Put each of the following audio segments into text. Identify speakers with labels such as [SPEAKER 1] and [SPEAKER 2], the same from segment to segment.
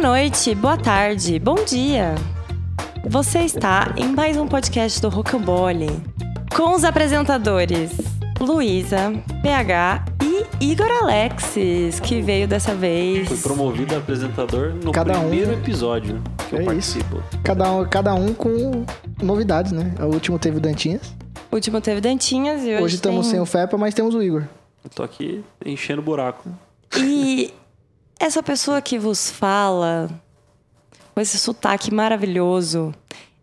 [SPEAKER 1] noite, boa tarde, bom dia. Você está em mais um podcast do Rocambole com os apresentadores Luísa, PH e Igor Alexis, que veio dessa
[SPEAKER 2] Fui
[SPEAKER 1] vez.
[SPEAKER 2] promovido a apresentador no
[SPEAKER 3] Cada um-
[SPEAKER 2] primeiro episódio que eu
[SPEAKER 3] É isso.
[SPEAKER 2] participo.
[SPEAKER 3] Cada um, cada um com novidades, né? O último teve o Dantinhas.
[SPEAKER 1] O último teve Dantinhas e hoje,
[SPEAKER 3] Hoje estamos
[SPEAKER 1] tem-
[SPEAKER 3] sem o Fepa, mas temos o Igor.
[SPEAKER 2] Eu tô aqui enchendo buraco.
[SPEAKER 1] E essa pessoa que vos fala, com esse sotaque maravilhoso,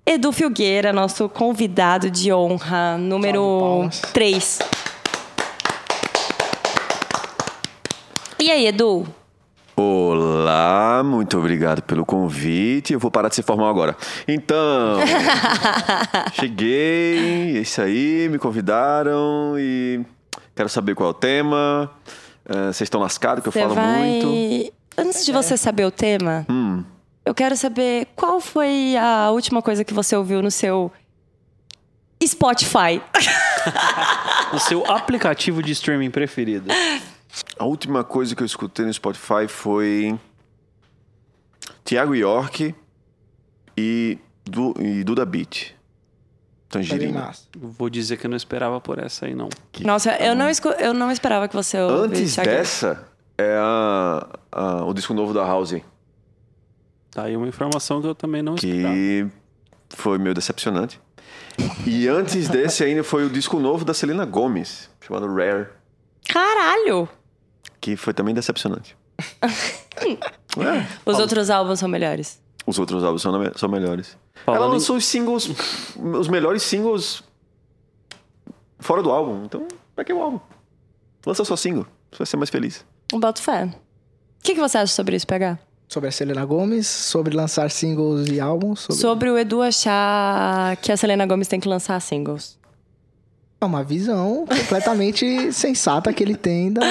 [SPEAKER 1] Edu Filgueira, nosso convidado de honra,
[SPEAKER 3] Salve,
[SPEAKER 1] número
[SPEAKER 3] palmas.
[SPEAKER 1] 3. E aí, Edu?
[SPEAKER 4] Olá, muito obrigado pelo convite. Eu vou parar de ser formal agora. Então, cheguei, é isso aí, me convidaram e quero saber qual é o tema. Ah, Vocês estão lascados que eu
[SPEAKER 1] Você
[SPEAKER 4] falo
[SPEAKER 1] vai.
[SPEAKER 4] muito.
[SPEAKER 1] Antes de você saber o tema,
[SPEAKER 4] Hum,
[SPEAKER 1] eu quero saber qual foi a última coisa que você ouviu no seu Spotify.
[SPEAKER 2] O seu aplicativo de streaming preferido.
[SPEAKER 4] a última coisa que eu escutei no Spotify foi Tiago York e, Du- e Duda Beat.
[SPEAKER 3] Tá
[SPEAKER 4] Tangerina.
[SPEAKER 3] massa.
[SPEAKER 2] Vou dizer que eu não esperava por essa aí, não.
[SPEAKER 4] Que
[SPEAKER 1] Nossa, eu não, escu- eu não esperava que você ouvisse
[SPEAKER 4] Hum. Antes
[SPEAKER 1] aquilo.
[SPEAKER 4] dessa, é a- a- o disco novo da House,
[SPEAKER 2] Tá aí uma informação que eu também não esperava.
[SPEAKER 4] que foi meio decepcionante. E antes desse ainda foi o disco novo da Selena Gomes, chamado Rare,
[SPEAKER 1] Caralho!
[SPEAKER 4] que foi também decepcionante. É,
[SPEAKER 1] Os outros álbuns são melhores.
[SPEAKER 4] os outros álbuns são, me- são melhores. Ela
[SPEAKER 2] Falando em-
[SPEAKER 4] lançou os singles, os melhores singles fora do álbum. Então, pra que o álbum? Lança só single, você vai ser mais feliz.
[SPEAKER 1] Eu Boto fé. O que, que você acha sobre isso, PH?
[SPEAKER 3] Sobre a Selena Gomes, sobre lançar singles e álbuns. Sobre...
[SPEAKER 1] Sobre o Edu achar que a Selena Gomes tem que lançar singles.
[SPEAKER 3] É uma visão completamente sensata que ele tem da,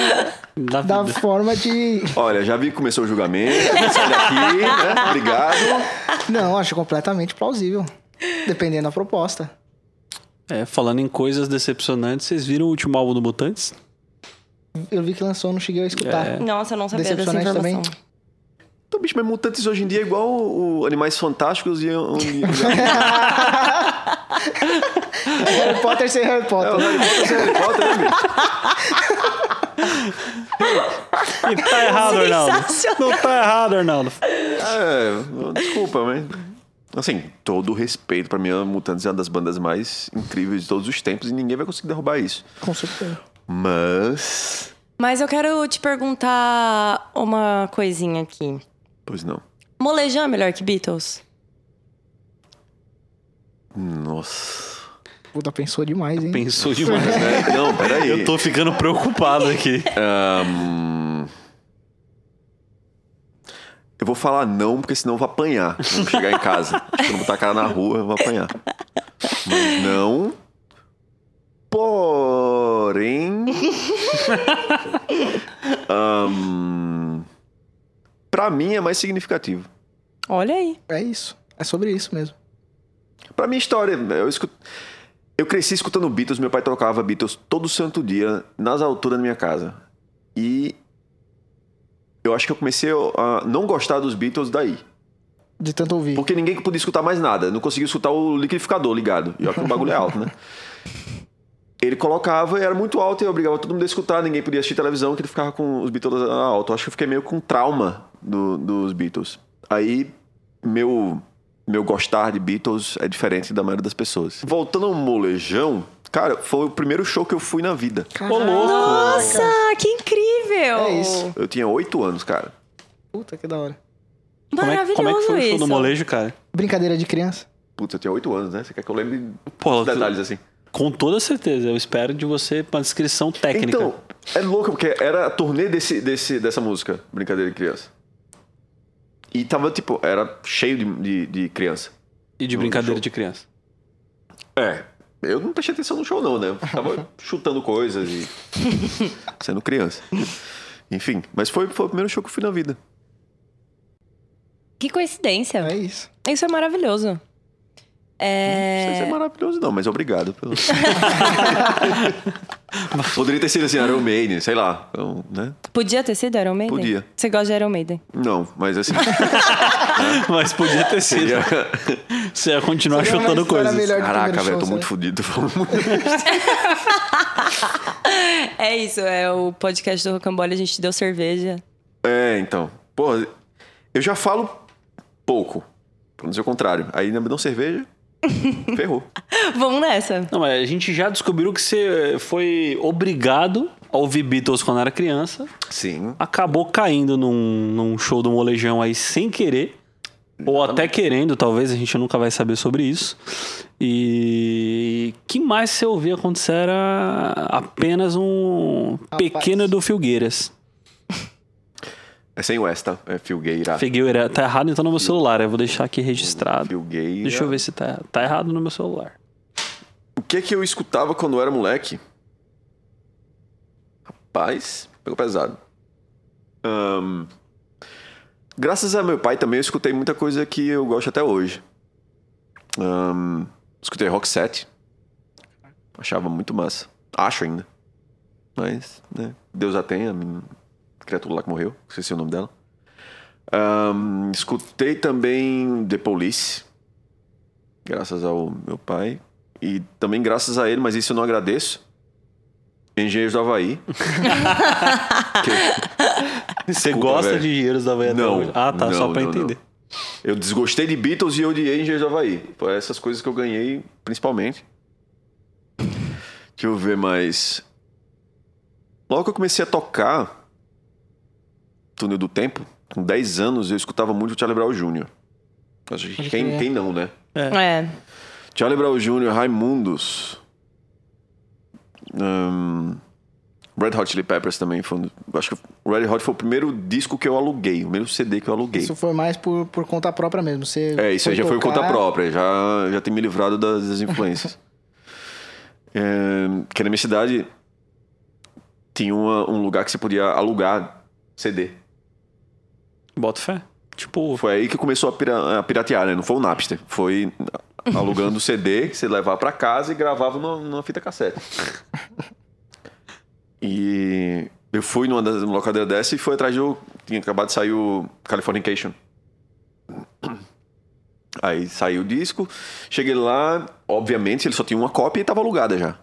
[SPEAKER 2] da
[SPEAKER 3] da
[SPEAKER 2] vida.
[SPEAKER 3] forma de.
[SPEAKER 4] Olha, já vi que começou o julgamento, sai daqui, né? Obrigado.
[SPEAKER 3] Não, acho completamente plausível. Dependendo da proposta.
[SPEAKER 2] É, falando em coisas decepcionantes, vocês viram o último álbum do Mutantes?
[SPEAKER 3] Eu vi que lançou, não cheguei a escutar.
[SPEAKER 2] É.
[SPEAKER 1] Nossa, eu não sabia dessa
[SPEAKER 3] Decepcionante
[SPEAKER 1] informação.
[SPEAKER 3] também?
[SPEAKER 4] Então, bicho, mas mutantes hoje em dia é igual o Animais Fantásticos e. um, o- o-
[SPEAKER 3] Harry Potter sem Harry
[SPEAKER 4] É, o
[SPEAKER 3] Potter.
[SPEAKER 4] Harry Potter, o Harry Potter, né, bicho?
[SPEAKER 2] E tá errado, Arnaldo.
[SPEAKER 1] Sensacional.
[SPEAKER 2] Não tá errado, Arnaldo.
[SPEAKER 4] É, desculpa, mas. Assim, todo o respeito, pra mim, a Mutantes é uma das bandas mais incríveis de todos os tempos e ninguém vai conseguir derrubar isso.
[SPEAKER 3] Com certeza.
[SPEAKER 4] Mas.
[SPEAKER 1] Mas eu quero te perguntar uma coisinha aqui.
[SPEAKER 4] Pois não.
[SPEAKER 1] Molejão é melhor que Beatles?
[SPEAKER 4] Nossa.
[SPEAKER 3] Puta, pensou demais, hein?
[SPEAKER 2] Pensou demais, né?
[SPEAKER 4] Não, peraí.
[SPEAKER 2] Eu tô ficando preocupado aqui.
[SPEAKER 4] Eu vou falar não, porque senão eu vou apanhar. Quando eu chegar em casa. Quando eu botar a cara na rua, eu vou apanhar. Mas não. Porém. Ahn, pra mim é mais significativo.
[SPEAKER 1] Olha aí.
[SPEAKER 3] É isso. É sobre isso mesmo.
[SPEAKER 4] Pra minha história, eu, escu- eu cresci escutando Beatles, meu pai tocava Beatles todo santo dia, nas alturas da minha casa. E eu acho que eu comecei a não gostar dos Beatles daí.
[SPEAKER 3] De tanto ouvir.
[SPEAKER 4] Porque ninguém podia escutar mais nada. Não conseguia escutar o liquidificador ligado. E olha que o bagulho é alto, né? Ele colocava e era muito alto e eu obrigava todo mundo a escutar. Ninguém podia assistir televisão que ele ficava com os Beatles alto. Eu Acho que eu fiquei meio com trauma do- dos Beatles. Aí, meu, meu gostar de Beatles é diferente da maioria das pessoas. Voltando ao molejão, cara, foi o primeiro show que eu fui na vida.
[SPEAKER 2] Ô, louco.
[SPEAKER 1] Nossa, que incrível!
[SPEAKER 3] É isso.
[SPEAKER 4] Eu tinha oito anos, cara.
[SPEAKER 3] Puta, que da hora.
[SPEAKER 2] Como é,
[SPEAKER 1] Maravilhoso
[SPEAKER 2] como é que foi o
[SPEAKER 1] isso.
[SPEAKER 2] show do molejo, cara?
[SPEAKER 3] Brincadeira de criança.
[SPEAKER 4] Putz, eu tinha oito anos, né? Você quer que eu lembre
[SPEAKER 2] Pô,
[SPEAKER 4] detalhes assim?
[SPEAKER 2] Com toda certeza, eu espero de você uma descrição técnica.
[SPEAKER 4] Então, é louco, porque era a turnê desse, desse, dessa música, Brincadeira de Criança. E tava, tipo, era cheio de, de, de criança.
[SPEAKER 2] e de brincadeira de criança.
[SPEAKER 4] É. Eu não prestei atenção no show, não, né? Eu Tava chutando coisas e. sendo criança. Enfim, mas foi, foi o primeiro show que eu fui na vida.
[SPEAKER 1] Que coincidência.
[SPEAKER 3] É isso.
[SPEAKER 1] Isso é maravilhoso.
[SPEAKER 4] Não sei se é maravilhoso, não, mas obrigado pelo. Poderia ter sido assim, Iron Maiden, sei lá. Então, né?
[SPEAKER 1] Podia ter sido Iron Maiden?
[SPEAKER 4] Podia.
[SPEAKER 1] Você gosta de Iron Maiden?
[SPEAKER 4] Não, mas assim.
[SPEAKER 5] Mas podia ter sido.
[SPEAKER 4] seria-
[SPEAKER 5] Você ia continuar
[SPEAKER 3] Seria uma
[SPEAKER 5] chutando
[SPEAKER 3] história
[SPEAKER 5] coisas.
[SPEAKER 3] melhor. Pior que o
[SPEAKER 4] Caraca,
[SPEAKER 3] primeiro
[SPEAKER 4] velho, eu tô
[SPEAKER 3] show,
[SPEAKER 4] muito fudido.
[SPEAKER 1] É isso, é o podcast do Rocambole, a gente deu cerveja.
[SPEAKER 4] é, então. Porra, eu já falo pouco. Pra não dizer o contrário. Aí ainda me dão cerveja, ferrou.
[SPEAKER 1] Vamos nessa.
[SPEAKER 5] Não, mas a gente já descobriu que você eh, foi obrigado a ouvir Beatles quando era criança.
[SPEAKER 4] Sim.
[SPEAKER 5] Acabou caindo num, num show do molejão aí sem querer. Ou até querendo, talvez, a gente nunca vai saber sobre isso. E que mais você ouvia quando você era apenas um pequeno do Filgueiras?
[SPEAKER 4] É sem o S, tá? É Filgueira.
[SPEAKER 5] Figueira, tá errado então no meu celular, eu vou deixar aqui registrado.
[SPEAKER 4] Filgueira.
[SPEAKER 5] Deixa eu ver se tá, tá errado no meu celular.
[SPEAKER 4] O que que eu escutava quando eu era moleque? Rapaz, pegou pesado. Ahn, graças a meu pai também eu escutei muita coisa que eu gosto até hoje. Ahn, escutei rock set. Achava muito massa. Acho ainda. Mas, né? Deus a tenha. a Criatura lá que morreu. Esqueci o nome dela. Ahn, escutei também The Police. Graças ao meu pai. E também graças a ele, mas isso eu não agradeço. Engenheiros do Havaí.
[SPEAKER 5] Você
[SPEAKER 4] Desculpa,
[SPEAKER 5] gosta
[SPEAKER 4] velho.
[SPEAKER 5] de dinheiros da Bahia
[SPEAKER 4] Não,
[SPEAKER 5] Ah, tá, só
[SPEAKER 4] não,
[SPEAKER 5] pra
[SPEAKER 4] não,
[SPEAKER 5] entender.
[SPEAKER 4] Eu desgostei de Beatles e odiei Engenheiros do Havaí. Foi essas coisas que eu ganhei, principalmente. Deixa eu ver mais. Logo que eu comecei a tocar Túnel do Tempo, com 10 anos, eu escutava muito o Charlie Brown Jr. Acho que quem,
[SPEAKER 3] crer.
[SPEAKER 4] quem não, né?
[SPEAKER 1] É.
[SPEAKER 4] Charlie Brown Jr., Raimundos. Ahn, Red Hot Chili Peppers também foi um, do- Acho que o Red Hot foi o primeiro disco que eu aluguei, o primeiro CD que eu aluguei.
[SPEAKER 3] Isso foi mais por, por conta própria mesmo. Você
[SPEAKER 4] é, isso aí já foi
[SPEAKER 3] tocar-
[SPEAKER 4] conta própria, já, já tem me livrado das, das influências. é, que na minha cidade tinha uma- um lugar que você podia alugar CD.
[SPEAKER 5] Bota fé. Tipo,
[SPEAKER 4] Foi aí que começou a, pira- a piratear, né? Não foi o Napster. Foi alugando o CD que você levava pra casa e gravava numa, numa fita cassete. E eu fui numa, das- numa locadora dessa e fui atrás do. Tinha acabado de sair o Californication. Aí saiu o disco, cheguei lá, obviamente ele só tinha uma cópia e tava alugada já.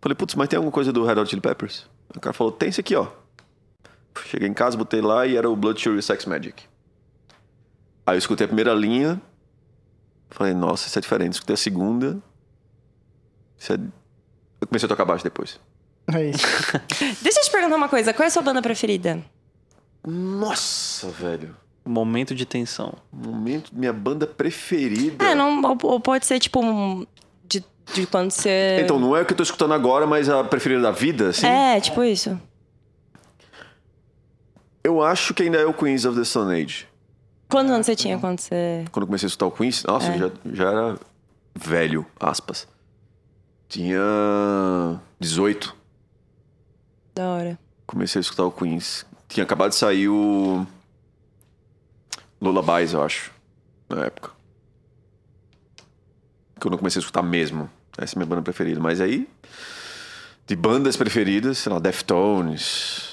[SPEAKER 4] Falei, putz, mas tem alguma coisa do Red Hot Chili Peppers? O cara falou, tem isso aqui, ó. Cheguei em casa, botei lá e era o Blood Sugar Sex Magic. Aí eu escutei a primeira linha, falei, nossa, isso é diferente. Escutei a segunda, isso é... Eu comecei a tocar baixo depois.
[SPEAKER 3] Aí.
[SPEAKER 1] Deixa eu te perguntar uma coisa, qual é a sua banda preferida?
[SPEAKER 4] Nossa, velho.
[SPEAKER 5] momento de tensão.
[SPEAKER 4] Momento, minha banda preferida.
[SPEAKER 1] É, não, ou, ou pode ser tipo um- de, de quando você...
[SPEAKER 4] Então, não é o que eu tô escutando agora, mas é a preferida da vida, assim.
[SPEAKER 1] É, tipo isso.
[SPEAKER 4] Eu acho que ainda é o Queens of the Stone Age.
[SPEAKER 1] Quantos anos você tinha quando você...
[SPEAKER 4] Quando eu comecei a escutar o Queens, nossa,
[SPEAKER 1] É.
[SPEAKER 4] eu já, já era velho, aspas. Tinha 18.
[SPEAKER 1] Da hora.
[SPEAKER 4] Comecei a escutar o Queens. Tinha acabado de sair o. Lullabies, eu acho. Na época. Que eu não comecei a escutar mesmo. Essa é a minha banda preferida. Mas aí. De bandas preferidas, sei lá, Deftones.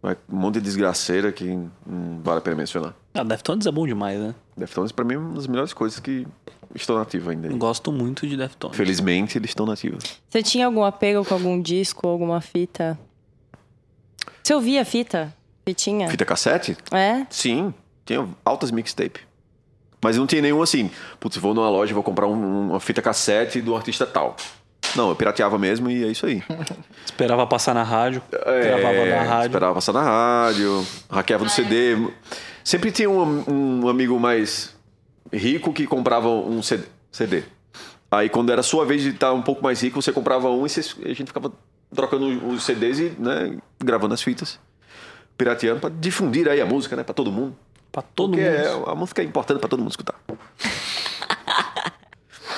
[SPEAKER 4] vai- Um monte de desgraceira que não vale a pena mencionar.
[SPEAKER 5] Ah, Deftones é bom demais, né?
[SPEAKER 4] Deftones, pra mim, é uma das melhores coisas que estão nativas ainda.
[SPEAKER 5] Gosto muito de Deftones.
[SPEAKER 4] Felizmente, eles estão nativos.
[SPEAKER 1] Você tinha algum apego com algum disco, alguma fita? Você ouvia fita? Fitinha?
[SPEAKER 4] Fita cassete?
[SPEAKER 1] É?
[SPEAKER 4] Sim, tinha altas mixtape. Mas não tinha nenhum assim, putz, vou numa loja e vou comprar um- uma fita cassete do artista tal. Não, eu pirateava mesmo e é isso aí.
[SPEAKER 5] Esperava passar na rádio, gravava na rádio.
[SPEAKER 4] É, Esperava passar na rádio, hackeava no CD. Sempre tinha um, um amigo mais rico que comprava um CD. CD. Aí quando era a sua vez de estar um pouco mais rico, você comprava um e vocês- a gente ficava trocando os CDs e né, gravando as fitas. Pirateando pra difundir aí a música, né? Pra todo mundo.
[SPEAKER 5] Pra todo
[SPEAKER 4] Porque
[SPEAKER 5] mundo.
[SPEAKER 4] é- a música é importante pra todo mundo escutar.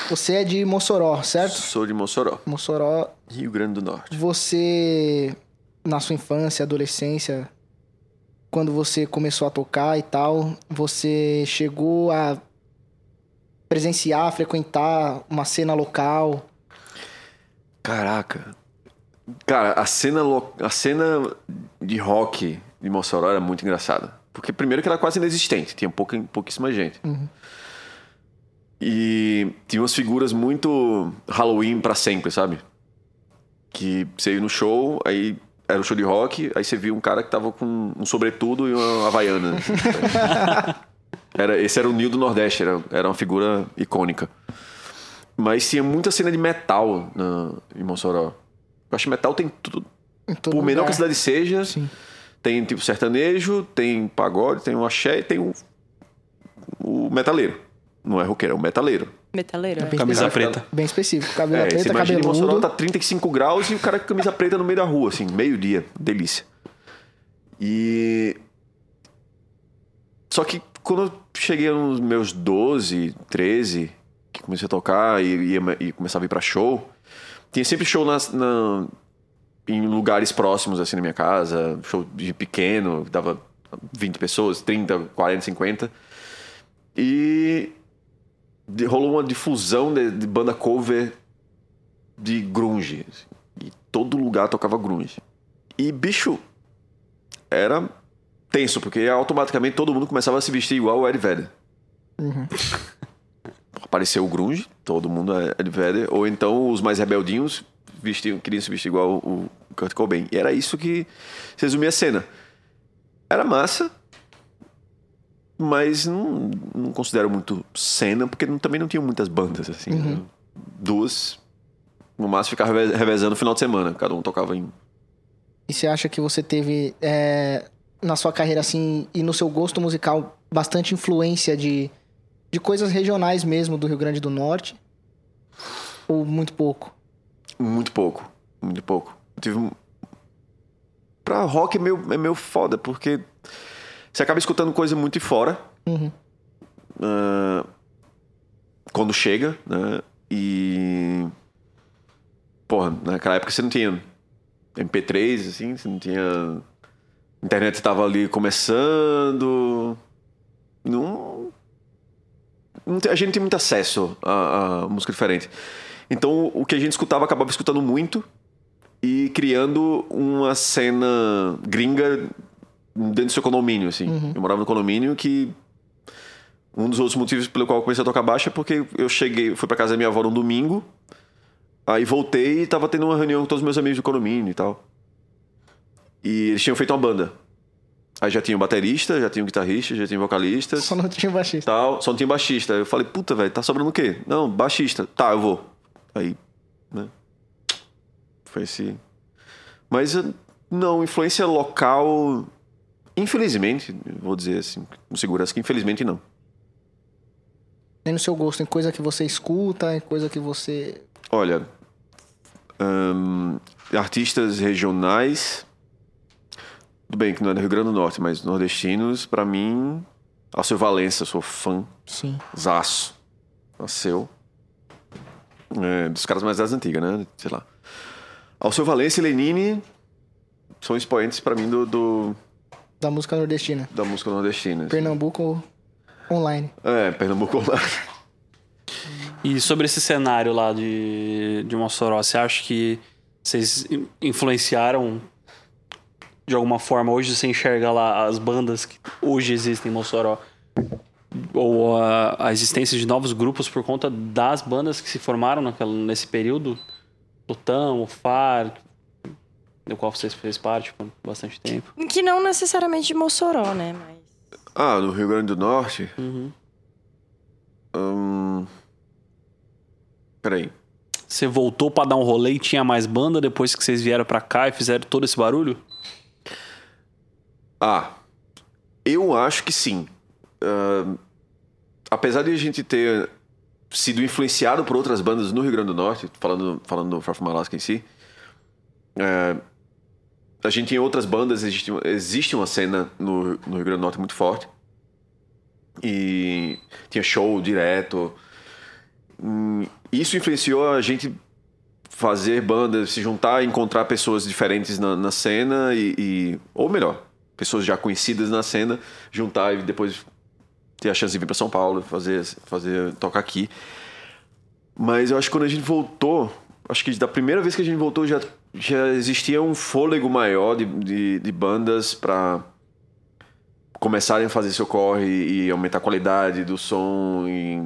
[SPEAKER 3] Você é de Mossoró, certo?
[SPEAKER 4] Sou de Mossoró,
[SPEAKER 3] Mossoró,
[SPEAKER 4] Rio Grande do Norte.
[SPEAKER 3] você na sua infância, adolescência, quando você começou a tocar e tal, você chegou a presenciar, frequentar uma cena local.
[SPEAKER 4] Caraca. Cara, a cena, lo- a cena de rock de Mossoró era muito engraçada. Porque primeiro que era quase inexistente, tinha pouca, pouquíssima gente. E tinha umas figuras muito Halloween pra sempre, sabe? Que você ia no show, aí era um show de rock, aí você via um cara que tava com um sobretudo e uma havaiana. né? era, esse era o Nil do Nordeste, era, era uma figura icônica. Mas tinha muita cena de metal na, em Mossoró. Eu acho que metal tem tudo.
[SPEAKER 3] Em todo
[SPEAKER 4] por menor
[SPEAKER 3] lugar.
[SPEAKER 4] que a cidade seja,
[SPEAKER 3] Sim.
[SPEAKER 4] tem tipo sertanejo, tem pagode, tem um axé e tem um, o metaleiro. Não é roqueiro, é um metaleiro.
[SPEAKER 1] Metaleiro? é?
[SPEAKER 2] Camisa
[SPEAKER 4] Cara,
[SPEAKER 2] preta.
[SPEAKER 3] Bem específico. Cabelo
[SPEAKER 4] É, você
[SPEAKER 3] preto,
[SPEAKER 4] imagina em Mossoró tá
[SPEAKER 3] cabeludo.
[SPEAKER 4] 35 graus e o cara com camisa preta no meio da rua, assim, meio-dia. Delícia. E. Só que quando eu cheguei nos meus 12, 13, que comecei a tocar e, ia- e começava a ir pra show, tinha sempre show nas- na- em lugares próximos, assim, na minha casa, show de pequeno, dava 20 pessoas, 30, 40, 50. E de- rolou uma difusão de, de banda cover de grunge. assim. E todo lugar tocava grunge. E, bicho, era tenso, porque automaticamente todo mundo começava a se vestir igual o Ed Vedder.
[SPEAKER 3] Uhum.
[SPEAKER 4] Apareceu o grunge, todo mundo é Ed Vedder. Ou então os mais rebeldinhos vestiam, queriam se vestir igual o Kurt Cobain. E era isso que se resumia a cena. Era massa, mas não, não considero muito cena, porque não- também não tinha muitas bandas, assim. né? Duas. No máximo ficava reve- revezando o final de semana. Cada um tocava em.
[SPEAKER 3] E você acha que você teve é, na sua carreira assim e no seu gosto musical bastante influência de, de coisas regionais mesmo do Rio Grande do Norte? Ou muito pouco?
[SPEAKER 4] Muito pouco. Muito pouco. Eu tive. um- Pra rock é meio, é meio foda, porque você acaba escutando coisa muito de fora.
[SPEAKER 3] Uhum.
[SPEAKER 4] Ah, quando chega, né? E. Porra, naquela época você não tinha MP3, assim, você não tinha. A internet estava ali começando. Não. não tem- a gente não tem muito acesso a, a música diferente. Então o que a gente escutava acabava escutando muito e criando uma cena gringa dentro do seu condomínio, assim. Eu morava no condomínio que um dos outros motivos pelo qual eu comecei a tocar baixo é porque eu cheguei, fui pra casa da minha avó num domingo, aí voltei e tava tendo uma reunião com todos os meus amigos do condomínio e tal. E eles tinham feito uma banda. Aí já tinha um baterista, já tinha um guitarrista, já tinha um vocalista
[SPEAKER 3] Só não tinha baixista.
[SPEAKER 4] tal, só não tinha baixista. Eu falei, puta, velho, tá sobrando o quê? Não, baixista. Tá, eu vou. Aí, né? Foi esse. Mas eh, não, influência local. Infelizmente, vou dizer assim, com segurança que infelizmente não.
[SPEAKER 3] Nem no seu gosto, em coisa que você escuta, em coisa que você.
[SPEAKER 4] Olha, ahn, artistas regionais. Tudo bem que não é do Rio Grande do Norte, mas nordestinos, pra mim. Alceu Valença, sou fã
[SPEAKER 3] Sim.
[SPEAKER 4] Zaço. Nasceu. É, dos caras mais das antigas, né? Sei lá. Alceu Valença e Lenine são expoentes pra mim do, do-
[SPEAKER 3] Da música nordestina.
[SPEAKER 4] da música nordestina. assim.
[SPEAKER 3] Pernambuco online.
[SPEAKER 4] É, Pernambuco lá.
[SPEAKER 2] E sobre esse cenário lá de, de Mossoró, você acha que vocês in- influenciaram de alguma forma? Hoje você enxerga lá as bandas que hoje existem em Mossoró? Ou a, a existência de novos grupos por conta das bandas que se formaram naquela- nesse período? Tutão, o FAR, do qual vocês fez parte por bastante tempo.
[SPEAKER 1] Que não necessariamente de Mossoró, né? Mas...
[SPEAKER 4] Ah, no Rio Grande do Norte? Hum. Peraí.
[SPEAKER 2] Você voltou pra dar um rolê e tinha mais banda depois que vocês vieram pra cá e fizeram todo esse barulho?
[SPEAKER 4] Ah, eu acho que sim. Ah, apesar de a gente ter sido influenciado por outras bandas no Rio Grande do Norte, falando, falando do Far From Alaska em si, ah, a gente tem outras bandas, existe, existe uma cena no, no Rio Grande do Norte muito forte. E tinha show direto. Hum, Isso influenciou a gente fazer bandas, se juntar, encontrar pessoas diferentes na, na cena e, e- Ou melhor, pessoas já conhecidas na cena, juntar e depois ter a chance de vir para São Paulo, fazer, fazer tocar aqui. Mas eu acho que quando a gente voltou, acho que da primeira vez que a gente voltou já, já existia um fôlego maior de, de, de bandas para começarem a fazer seu corre e aumentar a qualidade do som. E...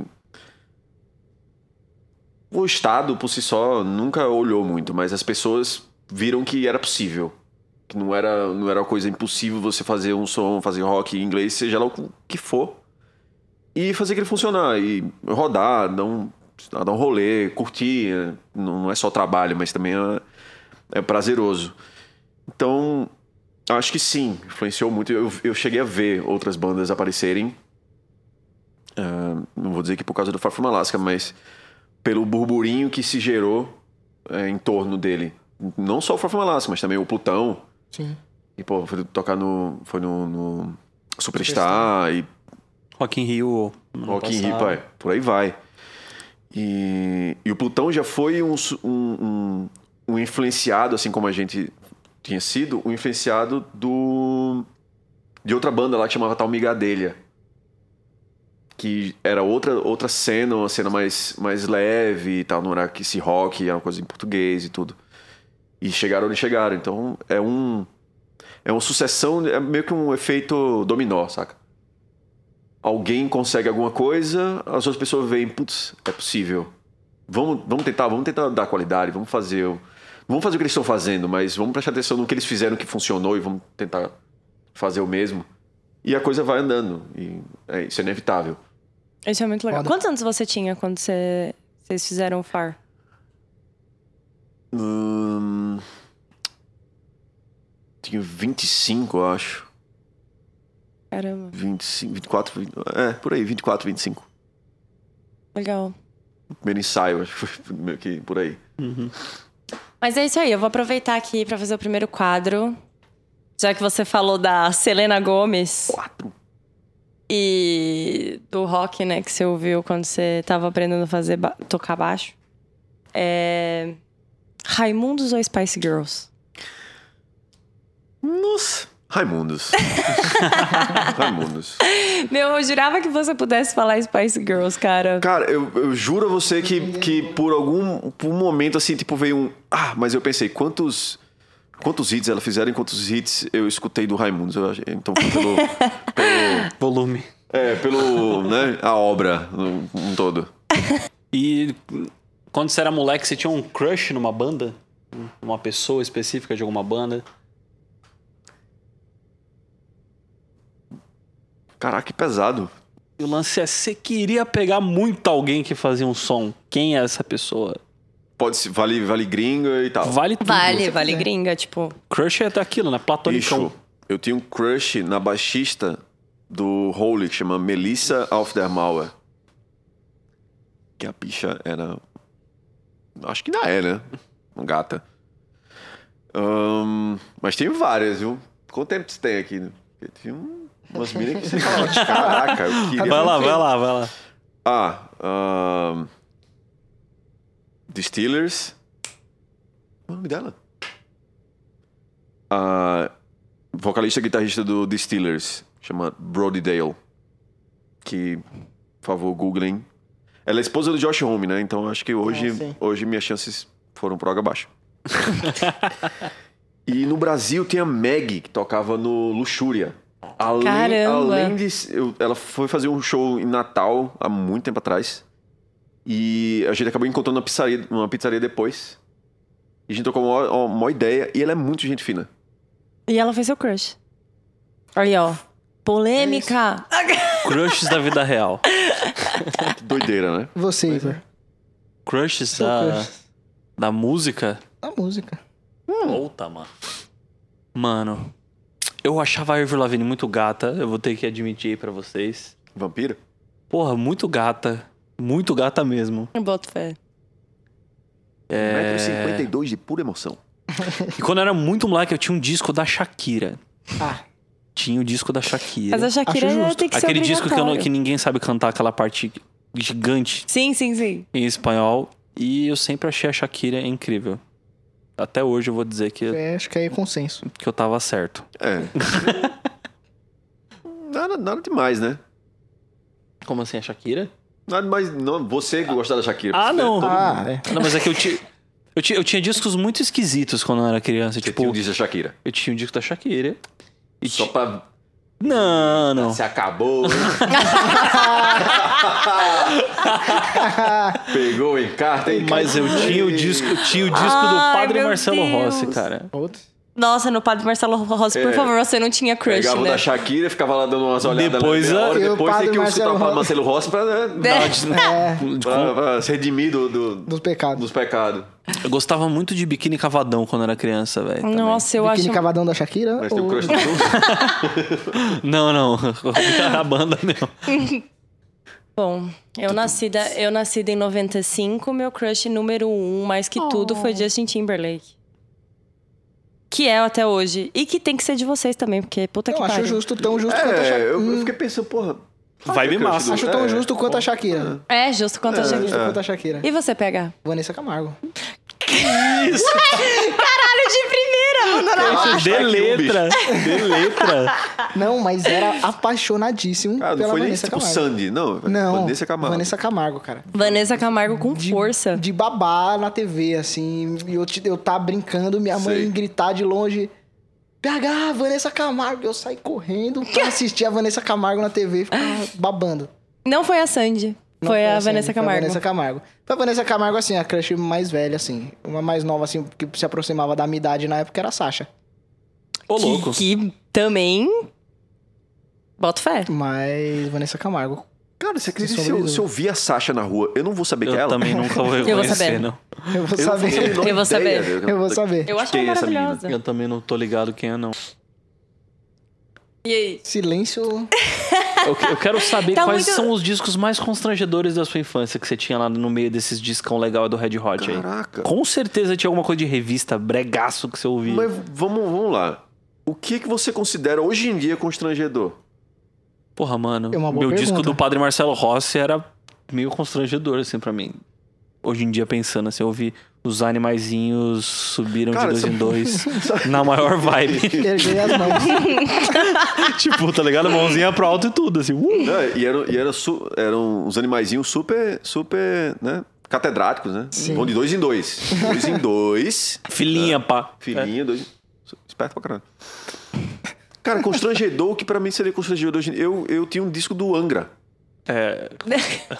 [SPEAKER 4] O Estado, por si só, nunca olhou muito, mas as pessoas viram que era possível. Que não era, não era uma coisa impossível você fazer um som, fazer rock em inglês, seja lá o que for. E fazer aquilo funcionar, e rodar, dar um, dar um rolê, curtir. Não não é só trabalho, mas também é, é prazeroso. Então, acho que sim, influenciou muito. Eu, eu cheguei a ver outras bandas aparecerem. Ah, não vou dizer que por causa do Far From Alaska, mas pelo burburinho que se gerou eh, em torno dele. Não só o Far From Alaska, mas também o Plutão.
[SPEAKER 3] Sim.
[SPEAKER 4] E, pô, foi tocar no. Foi no. no Superstar, e
[SPEAKER 2] Rock in Rio. ano
[SPEAKER 4] Rock in Rio,
[SPEAKER 2] passado.
[SPEAKER 4] pai. Por aí vai. E, e o Plutão já foi um, su- um, um, um influenciado, assim como a gente tinha sido, um influenciado do de outra banda lá que chamava Tal Migadelha. Que era outra, outra cena, uma cena mais, mais leve e tal, não era que esse rock, era uma coisa em português e tudo. E chegaram onde chegaram. Então é um. É uma sucessão, é meio que um efeito dominó, saca? alguém consegue alguma coisa, as outras pessoas veem, putz, é possível. Vamos, vamos tentar, vamos tentar dar qualidade, vamos fazer. o- Vamos fazer o que eles estão fazendo, mas vamos prestar atenção no que eles fizeram que funcionou e vamos tentar fazer o mesmo. E a coisa vai andando. E é, isso é inevitável.
[SPEAKER 1] Isso é muito legal.
[SPEAKER 3] Foda.
[SPEAKER 1] Quantos anos você tinha quando você- vocês fizeram o FAR?
[SPEAKER 4] Hum, tinha 25, eu acho.
[SPEAKER 1] Caramba,
[SPEAKER 4] 25, 24, 20, é, por aí, 24, 25.
[SPEAKER 1] legal.
[SPEAKER 4] Primeiro ensaio, acho que foi meio que por aí.
[SPEAKER 1] Mas é isso aí, eu vou aproveitar aqui pra fazer o primeiro quadro. Já que você falou da Selena Gomes
[SPEAKER 4] Quatro.
[SPEAKER 1] e do rock, né, que você ouviu quando você tava aprendendo a fazer ba- tocar baixo. É... Raimundos ou Spice Girls?
[SPEAKER 4] Nossa. Raimundos. Raimundos.
[SPEAKER 1] Meu, eu jurava que você pudesse falar Spice Girls, cara.
[SPEAKER 4] Cara, eu, eu juro a você que, que por algum por um momento, assim, tipo, veio um. Ah, mas eu pensei, quantos. Quantos hits ela fizeram e quantos hits eu escutei do Raimundos? Eu achei- Então, foi pelo. pelo
[SPEAKER 2] Volume.
[SPEAKER 4] é, pelo. né? A obra, no- um todo.
[SPEAKER 2] E quando você era moleque, você tinha um crush numa banda? Uma pessoa específica de alguma banda?
[SPEAKER 4] Caraca, que pesado.
[SPEAKER 2] E o lance é, você queria pegar muito alguém que fazia um som. Quem é essa pessoa?
[SPEAKER 4] Pode ser. Vale, vale gringa e tal.
[SPEAKER 2] Vale tudo.
[SPEAKER 1] Vale, vale gringa, tipo...
[SPEAKER 2] Crush é aquilo, né? Platonicão.
[SPEAKER 4] Bicho, eu tinha um crush na baixista do Holy, que chama Melissa Aufdermauer. Que a bicha era. Acho que ainda é, né? Uma gata. Ahn, mas tem várias, viu? Quanto tempo você tem aqui? Porque tem um- umas minas que você fala, caraca, eu queria.
[SPEAKER 2] Vai lá, vai lá, vai lá.
[SPEAKER 4] Ah, ahn, The Steelers. Qual é o nome dela? A vocalista e guitarrista do The Steelers, chama Brody Dale. Que, por favor, googlem. Ela é esposa do Josh Homme, né? Então acho que hoje,
[SPEAKER 3] Ah, sim.
[SPEAKER 4] hoje minhas chances foram pro água abaixo. e no Brasil tem a Maggie, que tocava no Luxúria. Além,
[SPEAKER 1] Caramba.
[SPEAKER 4] além de. eu- ela foi fazer um show em Natal há muito tempo atrás. E a gente acabou encontrando uma pizzaria, uma pizzaria depois. E a gente tocou uma, ó, uma ideia. E ela é muito gente fina.
[SPEAKER 1] E ela fez seu crush. Aí, ó. Polêmica.
[SPEAKER 2] Crushes da vida real.
[SPEAKER 4] Que doideira, né?
[SPEAKER 3] Você, Igor.
[SPEAKER 2] Crushes
[SPEAKER 3] Seu
[SPEAKER 2] da,
[SPEAKER 3] crush.
[SPEAKER 2] da música.
[SPEAKER 3] A música.
[SPEAKER 2] Volta, mano. Mano, eu achava a Avril Lavigne muito gata. Eu vou ter que admitir aí pra vocês.
[SPEAKER 4] Vampira?
[SPEAKER 2] Porra, muito gata. Muito gata mesmo.
[SPEAKER 1] Eu boto fé.
[SPEAKER 5] É.
[SPEAKER 4] 1,52m de pura emoção.
[SPEAKER 2] E quando eu era muito moleque, eu tinha um disco da Shakira.
[SPEAKER 3] Ah,
[SPEAKER 2] Tinha o disco da Shakira.
[SPEAKER 1] Mas a Shakira
[SPEAKER 3] Acho
[SPEAKER 1] ela
[SPEAKER 3] justo.
[SPEAKER 1] tem que ser
[SPEAKER 2] Aquele disco que, eu não-
[SPEAKER 1] obrigatório.
[SPEAKER 2] que ninguém sabe cantar, aquela parte gigante
[SPEAKER 1] Sim, sim, sim.
[SPEAKER 2] em espanhol. E eu sempre achei a Shakira incrível. Até hoje eu vou dizer que,
[SPEAKER 3] é, acho que aí é consenso.
[SPEAKER 2] que eu tava certo.
[SPEAKER 4] É. nada, nada demais, né?
[SPEAKER 5] Como assim, a Shakira?
[SPEAKER 4] Nada mais. Não, você que gostava da Shakira.
[SPEAKER 5] Ah,
[SPEAKER 4] você-
[SPEAKER 5] não.
[SPEAKER 4] todo
[SPEAKER 3] Ah,
[SPEAKER 4] mundo.
[SPEAKER 3] é.
[SPEAKER 5] Não, mas é que eu, ti- eu, ti- eu tinha discos muito esquisitos quando eu era criança.
[SPEAKER 4] Você
[SPEAKER 5] Tipo,
[SPEAKER 4] tinha o disco da Shakira.
[SPEAKER 5] eu tinha um disco da Shakira. E
[SPEAKER 4] Só
[SPEAKER 5] ti-
[SPEAKER 4] pra.
[SPEAKER 5] Não, não.
[SPEAKER 4] Se acabou. Pegou o encarte.
[SPEAKER 5] Mas eu tinha o disco, eu tinha o disco
[SPEAKER 1] Ai,
[SPEAKER 5] do Padre
[SPEAKER 1] meu
[SPEAKER 5] Marcelo
[SPEAKER 1] Deus.
[SPEAKER 5] Rossi, cara.
[SPEAKER 3] Putz.
[SPEAKER 1] Nossa, no Padre Marcelo Rossi, por
[SPEAKER 4] É.
[SPEAKER 1] favor, você não tinha crush,
[SPEAKER 4] Pegava o
[SPEAKER 1] né?
[SPEAKER 4] da Shakira, ficava lá dando umas olhadas
[SPEAKER 5] Depois
[SPEAKER 4] na
[SPEAKER 5] a-
[SPEAKER 4] hora,
[SPEAKER 3] E o
[SPEAKER 4] depois tem
[SPEAKER 3] padre
[SPEAKER 4] que escutar o
[SPEAKER 3] Marcelo
[SPEAKER 4] padre Marcelo Rossi pra, né,
[SPEAKER 5] Não, de-
[SPEAKER 3] É,
[SPEAKER 4] pra, pra se redimir do, do-
[SPEAKER 3] dos pecados.
[SPEAKER 4] dos pecados.
[SPEAKER 5] Eu gostava muito de biquíni cavadão quando era criança, velho. também.
[SPEAKER 1] Nossa, eu
[SPEAKER 3] Biquíni
[SPEAKER 1] acho.
[SPEAKER 3] Cavadão da Shakira?
[SPEAKER 4] Mas tem o
[SPEAKER 3] ou-
[SPEAKER 4] crush do mundo.
[SPEAKER 5] Não, não. A banda não.
[SPEAKER 1] Bom, eu nascida, eu nascida em 95, meu crush número um, mais que tudo, foi
[SPEAKER 3] Oh.
[SPEAKER 1] Justin Timberlake. Que é até hoje. E que tem que ser de vocês também, porque puta que
[SPEAKER 3] Eu acho
[SPEAKER 1] pariu.
[SPEAKER 3] justo, tão justo quanto a
[SPEAKER 4] É,
[SPEAKER 3] Shakira.
[SPEAKER 4] eu, eu fiquei pensando, porra.
[SPEAKER 5] Vibe
[SPEAKER 4] crush
[SPEAKER 5] massa.
[SPEAKER 4] do-
[SPEAKER 3] Acho tão
[SPEAKER 4] é,
[SPEAKER 3] justo quanto a Shakira.
[SPEAKER 1] É justo quanto a
[SPEAKER 3] Tão
[SPEAKER 1] gente.
[SPEAKER 3] justo quanto a Shakira.
[SPEAKER 1] E você pega?
[SPEAKER 3] Vanessa Camargo.
[SPEAKER 1] Caralho, de primeira! mano.
[SPEAKER 4] é
[SPEAKER 5] De
[SPEAKER 4] um
[SPEAKER 5] letra. De letra.
[SPEAKER 1] Ah.
[SPEAKER 3] Não, mas era apaixonadíssimo
[SPEAKER 4] Cara, não
[SPEAKER 3] pela
[SPEAKER 4] foi nem
[SPEAKER 3] Vanessa
[SPEAKER 4] tipo
[SPEAKER 3] Camargo.
[SPEAKER 4] Sandy, não.
[SPEAKER 3] Não,
[SPEAKER 4] Vanessa Camargo.
[SPEAKER 3] Vanessa Camargo, cara.
[SPEAKER 1] Vanessa Camargo com
[SPEAKER 3] De,
[SPEAKER 1] força.
[SPEAKER 3] De babar na TV, assim. E eu, te- eu tá brincando, minha mãe
[SPEAKER 4] Sei.
[SPEAKER 3] gritar de longe. PH, Vanessa Camargo. Eu saí correndo pra assistir a Vanessa Camargo na TV e ficar babando.
[SPEAKER 1] Não foi a Sandy,
[SPEAKER 3] Não
[SPEAKER 1] foi, a
[SPEAKER 3] assim,
[SPEAKER 1] Vanessa Camargo.
[SPEAKER 3] Foi a Vanessa Camargo. Foi a Vanessa Camargo, assim, a crush mais velha, assim. Uma mais nova, assim, que se aproximava da minha idade na época era a Sasha.
[SPEAKER 5] Ô,
[SPEAKER 1] Que-
[SPEAKER 5] louco.
[SPEAKER 1] Que, também. Boto fé.
[SPEAKER 3] Mas Vanessa Camargo.
[SPEAKER 4] Cara, você acredita que se
[SPEAKER 3] Sem sombra
[SPEAKER 4] eu,
[SPEAKER 3] de
[SPEAKER 4] se eu vi a Sasha na rua, eu não vou saber
[SPEAKER 5] Eu
[SPEAKER 4] que é ela?
[SPEAKER 5] também nunca vou
[SPEAKER 1] vou
[SPEAKER 5] reconhecer,
[SPEAKER 1] saber.
[SPEAKER 5] não.
[SPEAKER 3] Eu vou
[SPEAKER 4] Eu não faço a
[SPEAKER 3] saber.
[SPEAKER 4] menor
[SPEAKER 1] Eu vou
[SPEAKER 4] ideia
[SPEAKER 1] saber.
[SPEAKER 4] do-
[SPEAKER 3] é Eu vou
[SPEAKER 4] do-
[SPEAKER 3] saber.
[SPEAKER 1] Eu acho
[SPEAKER 4] Quem
[SPEAKER 1] ela
[SPEAKER 4] é essa menina?
[SPEAKER 1] maravilhosa.
[SPEAKER 5] Eu também não tô ligado quem é, não.
[SPEAKER 1] E aí?
[SPEAKER 3] Silêncio.
[SPEAKER 5] Eu, que- eu quero saber
[SPEAKER 1] Tá
[SPEAKER 5] quais
[SPEAKER 1] muito-
[SPEAKER 5] são os discos mais constrangedores da sua infância que você tinha lá no meio desses discão legal do Red Hot aí.
[SPEAKER 4] Caraca.
[SPEAKER 5] Com certeza tinha alguma coisa de revista, bregaço que você ouvia.
[SPEAKER 4] Mas vamos, vamos lá. O que, que você considera hoje em dia constrangedor?
[SPEAKER 5] Porra, mano,
[SPEAKER 3] É uma boa
[SPEAKER 5] meu disco
[SPEAKER 3] pergunta.
[SPEAKER 5] do Padre Marcelo Rossi era meio constrangedor, assim, pra mim. Hoje em dia, pensando assim, eu vi os animaizinhos subiram
[SPEAKER 4] Cara, tá
[SPEAKER 5] de dois
[SPEAKER 4] são-
[SPEAKER 5] em dois na maior vibe.
[SPEAKER 3] Erguei as mãos.
[SPEAKER 5] tipo, tá ligado? Mãozinha pro alto e tudo, assim. Uh!
[SPEAKER 4] Não, Né? e eram, e era su- eram uns animaizinhos super, super, né? Catedráticos, né? Vão de dois em dois. Dois em dois.
[SPEAKER 5] Filhinha, pá.
[SPEAKER 4] É.
[SPEAKER 3] É.
[SPEAKER 4] Filhinha, dois. Esperto pra caramba. Cara, constrangedor, o que pra mim seria constrangedor hoje. em dia? Eu, eu tinha um disco do Angra.
[SPEAKER 5] É,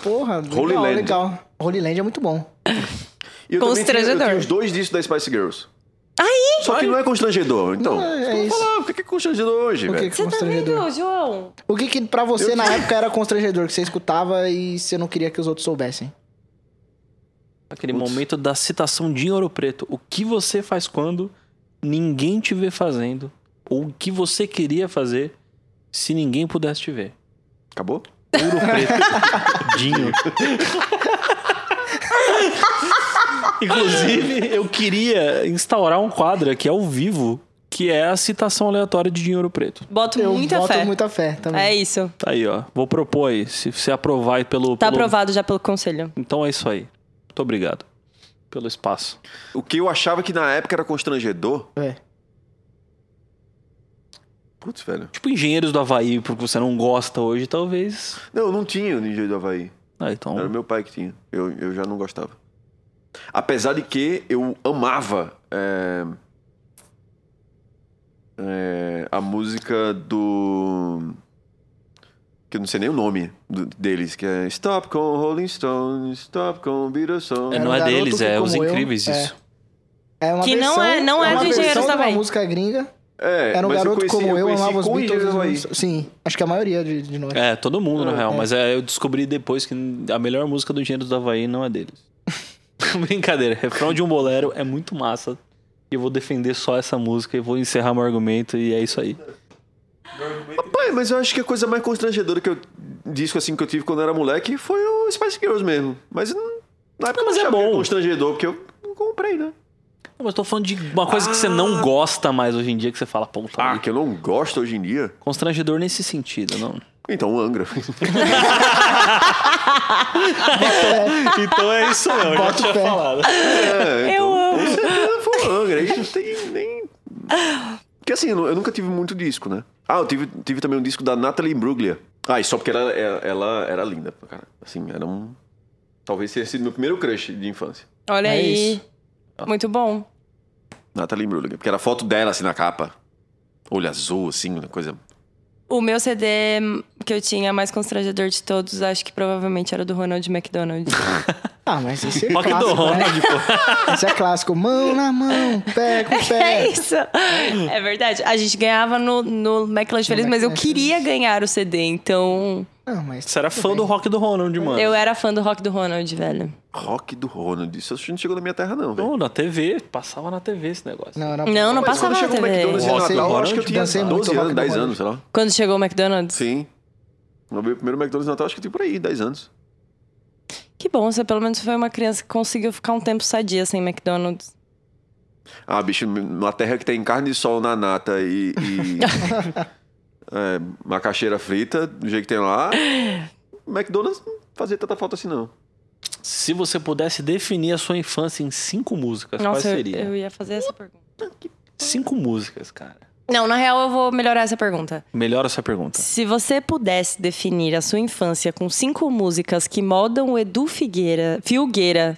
[SPEAKER 3] Porra, legal,
[SPEAKER 4] Holy Land.
[SPEAKER 3] legal. Holy Land é muito bom.
[SPEAKER 4] E eu também tinha- Eu
[SPEAKER 1] Constrangedor.
[SPEAKER 4] tinha os dois discos da Spice Girls.
[SPEAKER 1] Aí!
[SPEAKER 4] Só que não é constrangedor, então.
[SPEAKER 3] Não, é
[SPEAKER 4] Vou
[SPEAKER 3] isso.
[SPEAKER 4] falar, o que que é constrangedor hoje,
[SPEAKER 3] O que,
[SPEAKER 4] velho?
[SPEAKER 3] que
[SPEAKER 1] Você
[SPEAKER 3] é
[SPEAKER 1] tá
[SPEAKER 3] constrangedor?
[SPEAKER 1] vendo, João?
[SPEAKER 3] o que, que pra você na época era constrangedor, que você escutava e você não queria que os outros soubessem?
[SPEAKER 5] É. aquele momento da citação de Ouro Preto. O que você faz quando ninguém te vê fazendo? Ou o que você queria fazer se ninguém pudesse te ver?
[SPEAKER 4] Acabou?
[SPEAKER 5] Ouro preto. Dinho. Inclusive, eu queria instaurar um quadro aqui ao vivo, que é a citação aleatória de Dinho Ouro Preto.
[SPEAKER 1] Boto
[SPEAKER 3] Eu
[SPEAKER 1] muita
[SPEAKER 3] boto
[SPEAKER 1] fé.
[SPEAKER 3] muita fé também.
[SPEAKER 1] É isso.
[SPEAKER 5] Tá aí, ó. Vou propor aí. Se você aprovar aí pelo.
[SPEAKER 1] Tá
[SPEAKER 5] pelo-
[SPEAKER 1] aprovado já pelo conselho.
[SPEAKER 5] Então é isso aí. Muito obrigado pelo espaço.
[SPEAKER 4] O que eu achava que na época era constrangedor.
[SPEAKER 3] É.
[SPEAKER 4] Putz, velho.
[SPEAKER 5] Tipo, engenheiros do Havaí, porque você não gosta hoje, talvez.
[SPEAKER 4] Não, eu não tinha o Ninja do Havaí.
[SPEAKER 5] Ah, então.
[SPEAKER 3] É,
[SPEAKER 4] Era meu pai que tinha. Eu, eu já não gostava. Apesar de que eu amava é, é, a música do. Que eu não sei nem o nome do- deles, que é Stop com Rolling Stone, Stop com Beatles
[SPEAKER 5] É,
[SPEAKER 4] Song.
[SPEAKER 5] não
[SPEAKER 3] um
[SPEAKER 5] é
[SPEAKER 3] garoto
[SPEAKER 5] deles,
[SPEAKER 3] que,
[SPEAKER 5] é
[SPEAKER 3] como
[SPEAKER 5] os
[SPEAKER 3] eu,
[SPEAKER 5] incríveis
[SPEAKER 3] é.
[SPEAKER 5] isso.
[SPEAKER 3] É uma
[SPEAKER 1] Que não
[SPEAKER 3] versão-
[SPEAKER 1] é- não é
[SPEAKER 3] uma
[SPEAKER 1] do Engenheiros
[SPEAKER 3] versão de
[SPEAKER 1] Havaí.
[SPEAKER 3] uma música gringa.
[SPEAKER 4] É,
[SPEAKER 3] Era um
[SPEAKER 4] mas
[SPEAKER 3] garoto
[SPEAKER 4] conheci-
[SPEAKER 3] como eu,
[SPEAKER 4] conheci
[SPEAKER 3] amava os
[SPEAKER 4] com o
[SPEAKER 3] Beatles.
[SPEAKER 4] Engenheiros do Havaí.
[SPEAKER 3] os- Sim, acho que a maioria de, de nós.
[SPEAKER 5] É, todo mundo, na
[SPEAKER 3] É,
[SPEAKER 5] real.
[SPEAKER 3] é.
[SPEAKER 5] Mas é, eu descobri depois que a melhor música do Engenheiros do Havaí não é deles. Brincadeira. Refrão de um bolero é muito massa. E eu vou defender só essa música e vou encerrar meu argumento e é isso aí.
[SPEAKER 4] Pai, mas eu acho que a coisa mais constrangedora que eu disco assim que eu tive quando eu era moleque foi o Spice Girls mesmo. Mas hum, na época
[SPEAKER 5] Não, mas
[SPEAKER 4] eu
[SPEAKER 5] é
[SPEAKER 4] achava que era
[SPEAKER 5] bom.
[SPEAKER 4] constrangedor, porque eu não comprei, né?
[SPEAKER 5] Não, mas tô falando de uma coisa que você não gosta mais hoje em dia, que você fala, pô, tá
[SPEAKER 4] Ah, que eu não gosto hoje em dia.
[SPEAKER 5] constrangedor nesse sentido, não.
[SPEAKER 4] Então, o Angra.
[SPEAKER 5] então é isso não, eu já tinha
[SPEAKER 3] fé.
[SPEAKER 5] falado.
[SPEAKER 4] É,
[SPEAKER 1] Eu amo.
[SPEAKER 4] Com certeza foi o Angra. Aí não tem nem. Porque assim, eu nu- eu nunca tive muito disco, né? Ah, eu tive, tive também um disco da Natalie Imbruglia. Ah, e só porque ela, ela, ela era linda, cara. Assim, era um. Talvez tenha sido meu primeiro crush de infância.
[SPEAKER 1] Olha
[SPEAKER 3] É
[SPEAKER 1] aí.
[SPEAKER 3] isso.
[SPEAKER 1] Muito bom.
[SPEAKER 4] Natalie Imbruglia. Porque era foto dela, assim, na capa. Olho azul, assim, uma coisa.
[SPEAKER 1] O meu CD que eu tinha mais constrangedor de todos, acho que provavelmente era o do Ronald McDonald.
[SPEAKER 3] Ah, mas esse é
[SPEAKER 5] Rock do
[SPEAKER 3] clássico, né?
[SPEAKER 5] Ronald, pô.
[SPEAKER 3] Esse é clássico. Mão na mão, pé com
[SPEAKER 1] é
[SPEAKER 3] pé.
[SPEAKER 1] isso. É verdade. A gente ganhava no, no McLanche Feliz, mas eu
[SPEAKER 3] McLanche
[SPEAKER 1] queria ganhar o CD, então
[SPEAKER 3] Não, mas
[SPEAKER 5] Você era
[SPEAKER 3] tudo
[SPEAKER 5] fã
[SPEAKER 3] bem.
[SPEAKER 5] do rock do Ronald, mano.
[SPEAKER 1] eu era fã do rock do Ronald, velho.
[SPEAKER 4] Rock do Ronald. Isso não chegou na minha terra, não, velho.
[SPEAKER 5] Não, na TV, passava na TV esse negócio.
[SPEAKER 3] Não,
[SPEAKER 1] Não, não
[SPEAKER 4] Mas
[SPEAKER 1] passava
[SPEAKER 4] quando
[SPEAKER 1] na
[SPEAKER 4] chegou o McDonald's
[SPEAKER 1] TV.
[SPEAKER 4] em
[SPEAKER 3] Rock do
[SPEAKER 4] Natal, eu acho que eu
[SPEAKER 3] Ronald,
[SPEAKER 4] tinha
[SPEAKER 3] dancei muito
[SPEAKER 4] 12
[SPEAKER 3] Rock
[SPEAKER 4] anos,
[SPEAKER 3] do
[SPEAKER 4] 10
[SPEAKER 3] Ronald.
[SPEAKER 4] anos, sei lá.
[SPEAKER 1] Quando chegou o McDonald's?
[SPEAKER 4] Sim. Meu primeiro McDonald's de Natal, acho que eu tinha por aí, 10 anos.
[SPEAKER 1] Que bom, você pelo menos foi uma criança que conseguiu ficar um tempo sadia sem McDonald's.
[SPEAKER 4] Ah, bicho, numa terra que tem carne de sol na nata e. e é, macaxeira frita, do jeito que tem lá. McDonald's não fazia tanta falta assim, não.
[SPEAKER 5] Se você pudesse definir a sua infância em cinco músicas, quais
[SPEAKER 1] Nossa, eu,
[SPEAKER 5] seria?
[SPEAKER 1] eu ia fazer essa pergunta.
[SPEAKER 5] Cinco músicas, cara.
[SPEAKER 1] Não, na real eu vou melhorar essa pergunta.
[SPEAKER 5] Melhora essa pergunta.
[SPEAKER 1] Se você pudesse definir a sua infância com cinco músicas que modam o Edu Figueira, Filgueira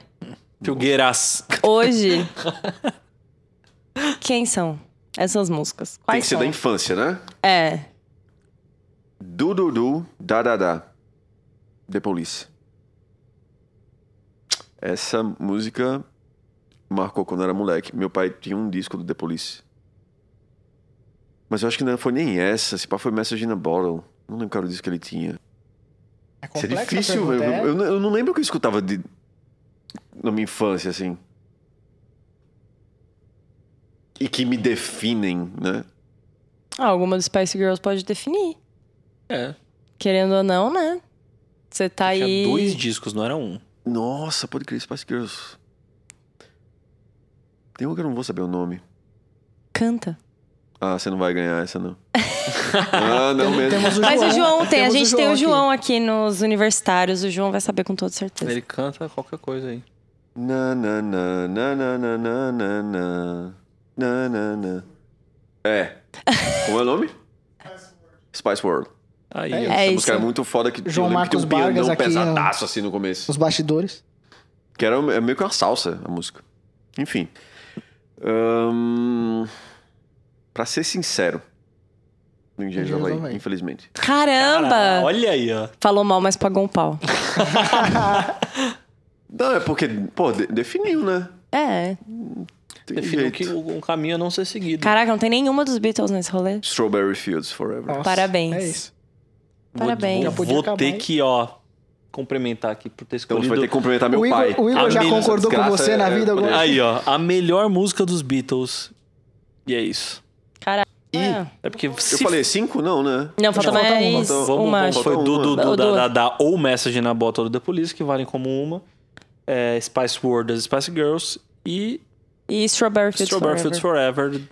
[SPEAKER 5] Filgueiras.
[SPEAKER 1] hoje, quem são essas músicas? Quais
[SPEAKER 4] tem que ser
[SPEAKER 1] são?
[SPEAKER 4] da infância, né?
[SPEAKER 1] É.
[SPEAKER 4] Du du du, da da da. The Police. Essa música marcou quando eu era moleque. Meu pai tinha um disco do The Police. Mas eu acho que não foi nem essa. Se pá, foi Message in a Bottle. Não lembro qual era o disco que ele tinha.
[SPEAKER 3] É
[SPEAKER 4] Isso
[SPEAKER 3] complexa
[SPEAKER 4] é
[SPEAKER 3] a
[SPEAKER 4] difícil,
[SPEAKER 3] pergunta,
[SPEAKER 4] velho.
[SPEAKER 3] é?
[SPEAKER 4] Eu, eu não lembro o que eu escutava de... na minha infância, assim. E que me definem, né?
[SPEAKER 1] Ah, alguma do Spice Girls pode definir.
[SPEAKER 5] É.
[SPEAKER 1] Querendo ou não, né? Você tá aí.
[SPEAKER 5] Tinha dois discos, não era um.
[SPEAKER 4] Nossa, pode crer, Spice Girls. Tem uma que eu não vou saber o nome.
[SPEAKER 1] Canta.
[SPEAKER 4] Ah, você não vai ganhar essa, não. ah, não mesmo.
[SPEAKER 3] Temos o
[SPEAKER 1] Mas o João tem, a
[SPEAKER 3] Temos
[SPEAKER 1] gente tem o
[SPEAKER 3] aqui.
[SPEAKER 1] João aqui nos universitários. O João vai saber com toda certeza.
[SPEAKER 5] Ele canta qualquer coisa aí.
[SPEAKER 4] Na, na, na, na, na, na, na, na, na, na, na, na. É. Como é o nome? Spice World.
[SPEAKER 5] Aí,
[SPEAKER 3] É
[SPEAKER 5] ó.
[SPEAKER 1] É
[SPEAKER 3] isso.
[SPEAKER 4] Essa
[SPEAKER 1] isso.
[SPEAKER 4] música era muito foda que
[SPEAKER 3] João
[SPEAKER 4] eu lembro
[SPEAKER 3] Marcos
[SPEAKER 4] que tem um pianão
[SPEAKER 3] Vargas aqui, né?
[SPEAKER 4] pesadaço assim no começo.
[SPEAKER 3] Os bastidores.
[SPEAKER 4] Que era é meio que uma salsa a música. Enfim. Ahn, pra ser sincero, Ninguém
[SPEAKER 3] Engenheiros do Havaí.
[SPEAKER 4] Havaí, infelizmente.
[SPEAKER 1] Caramba!
[SPEAKER 5] Cara, olha aí, ó.
[SPEAKER 1] Falou mal, mas pagou um pau.
[SPEAKER 4] Não, é porque, pô, de- definiu, né?
[SPEAKER 1] É.
[SPEAKER 4] Tem
[SPEAKER 5] Definiu
[SPEAKER 4] jeito.
[SPEAKER 5] que o- um caminho a não ser seguido.
[SPEAKER 1] Caraca, não tem nenhuma dos Beatles nesse rolê.
[SPEAKER 4] Strawberry Fields Forever.
[SPEAKER 3] Nossa,
[SPEAKER 1] Parabéns.
[SPEAKER 3] É isso.
[SPEAKER 5] Vou-
[SPEAKER 1] parabéns.
[SPEAKER 5] Vou,
[SPEAKER 3] Já podia
[SPEAKER 5] vou
[SPEAKER 3] acabar,
[SPEAKER 5] ter
[SPEAKER 3] hein?
[SPEAKER 5] que, ó, cumprimentar aqui por ter
[SPEAKER 4] Então você vai
[SPEAKER 5] escolhido.
[SPEAKER 4] ter que cumprimentar meu
[SPEAKER 3] O Igor-
[SPEAKER 4] pai.
[SPEAKER 3] o Igor
[SPEAKER 4] A
[SPEAKER 5] já
[SPEAKER 4] menina,
[SPEAKER 3] concordou com
[SPEAKER 4] desgraça,
[SPEAKER 3] você na
[SPEAKER 4] é,
[SPEAKER 3] vida alguma-
[SPEAKER 5] Aí, ó. A melhor música dos Beatles. E é isso.
[SPEAKER 1] Caraca.
[SPEAKER 4] É.
[SPEAKER 5] É porque
[SPEAKER 4] Eu
[SPEAKER 5] se
[SPEAKER 4] falei cinco? Não, né?
[SPEAKER 1] Não, falta
[SPEAKER 3] falta
[SPEAKER 1] mais
[SPEAKER 3] uma,
[SPEAKER 4] falta
[SPEAKER 5] Vamos,
[SPEAKER 1] uma.
[SPEAKER 5] vamos,
[SPEAKER 1] acho.
[SPEAKER 4] acho.
[SPEAKER 5] foi
[SPEAKER 4] Falta
[SPEAKER 5] do,
[SPEAKER 4] uma.
[SPEAKER 5] do, do,
[SPEAKER 1] Ou
[SPEAKER 5] da,
[SPEAKER 1] duas.
[SPEAKER 5] da, da- ou Message na Bota do The Police, que valem como uma. É, Spice World das Spice Girls e
[SPEAKER 1] E Strawberry Fields
[SPEAKER 5] Strawberry Fields
[SPEAKER 1] Forever.
[SPEAKER 5] Forever.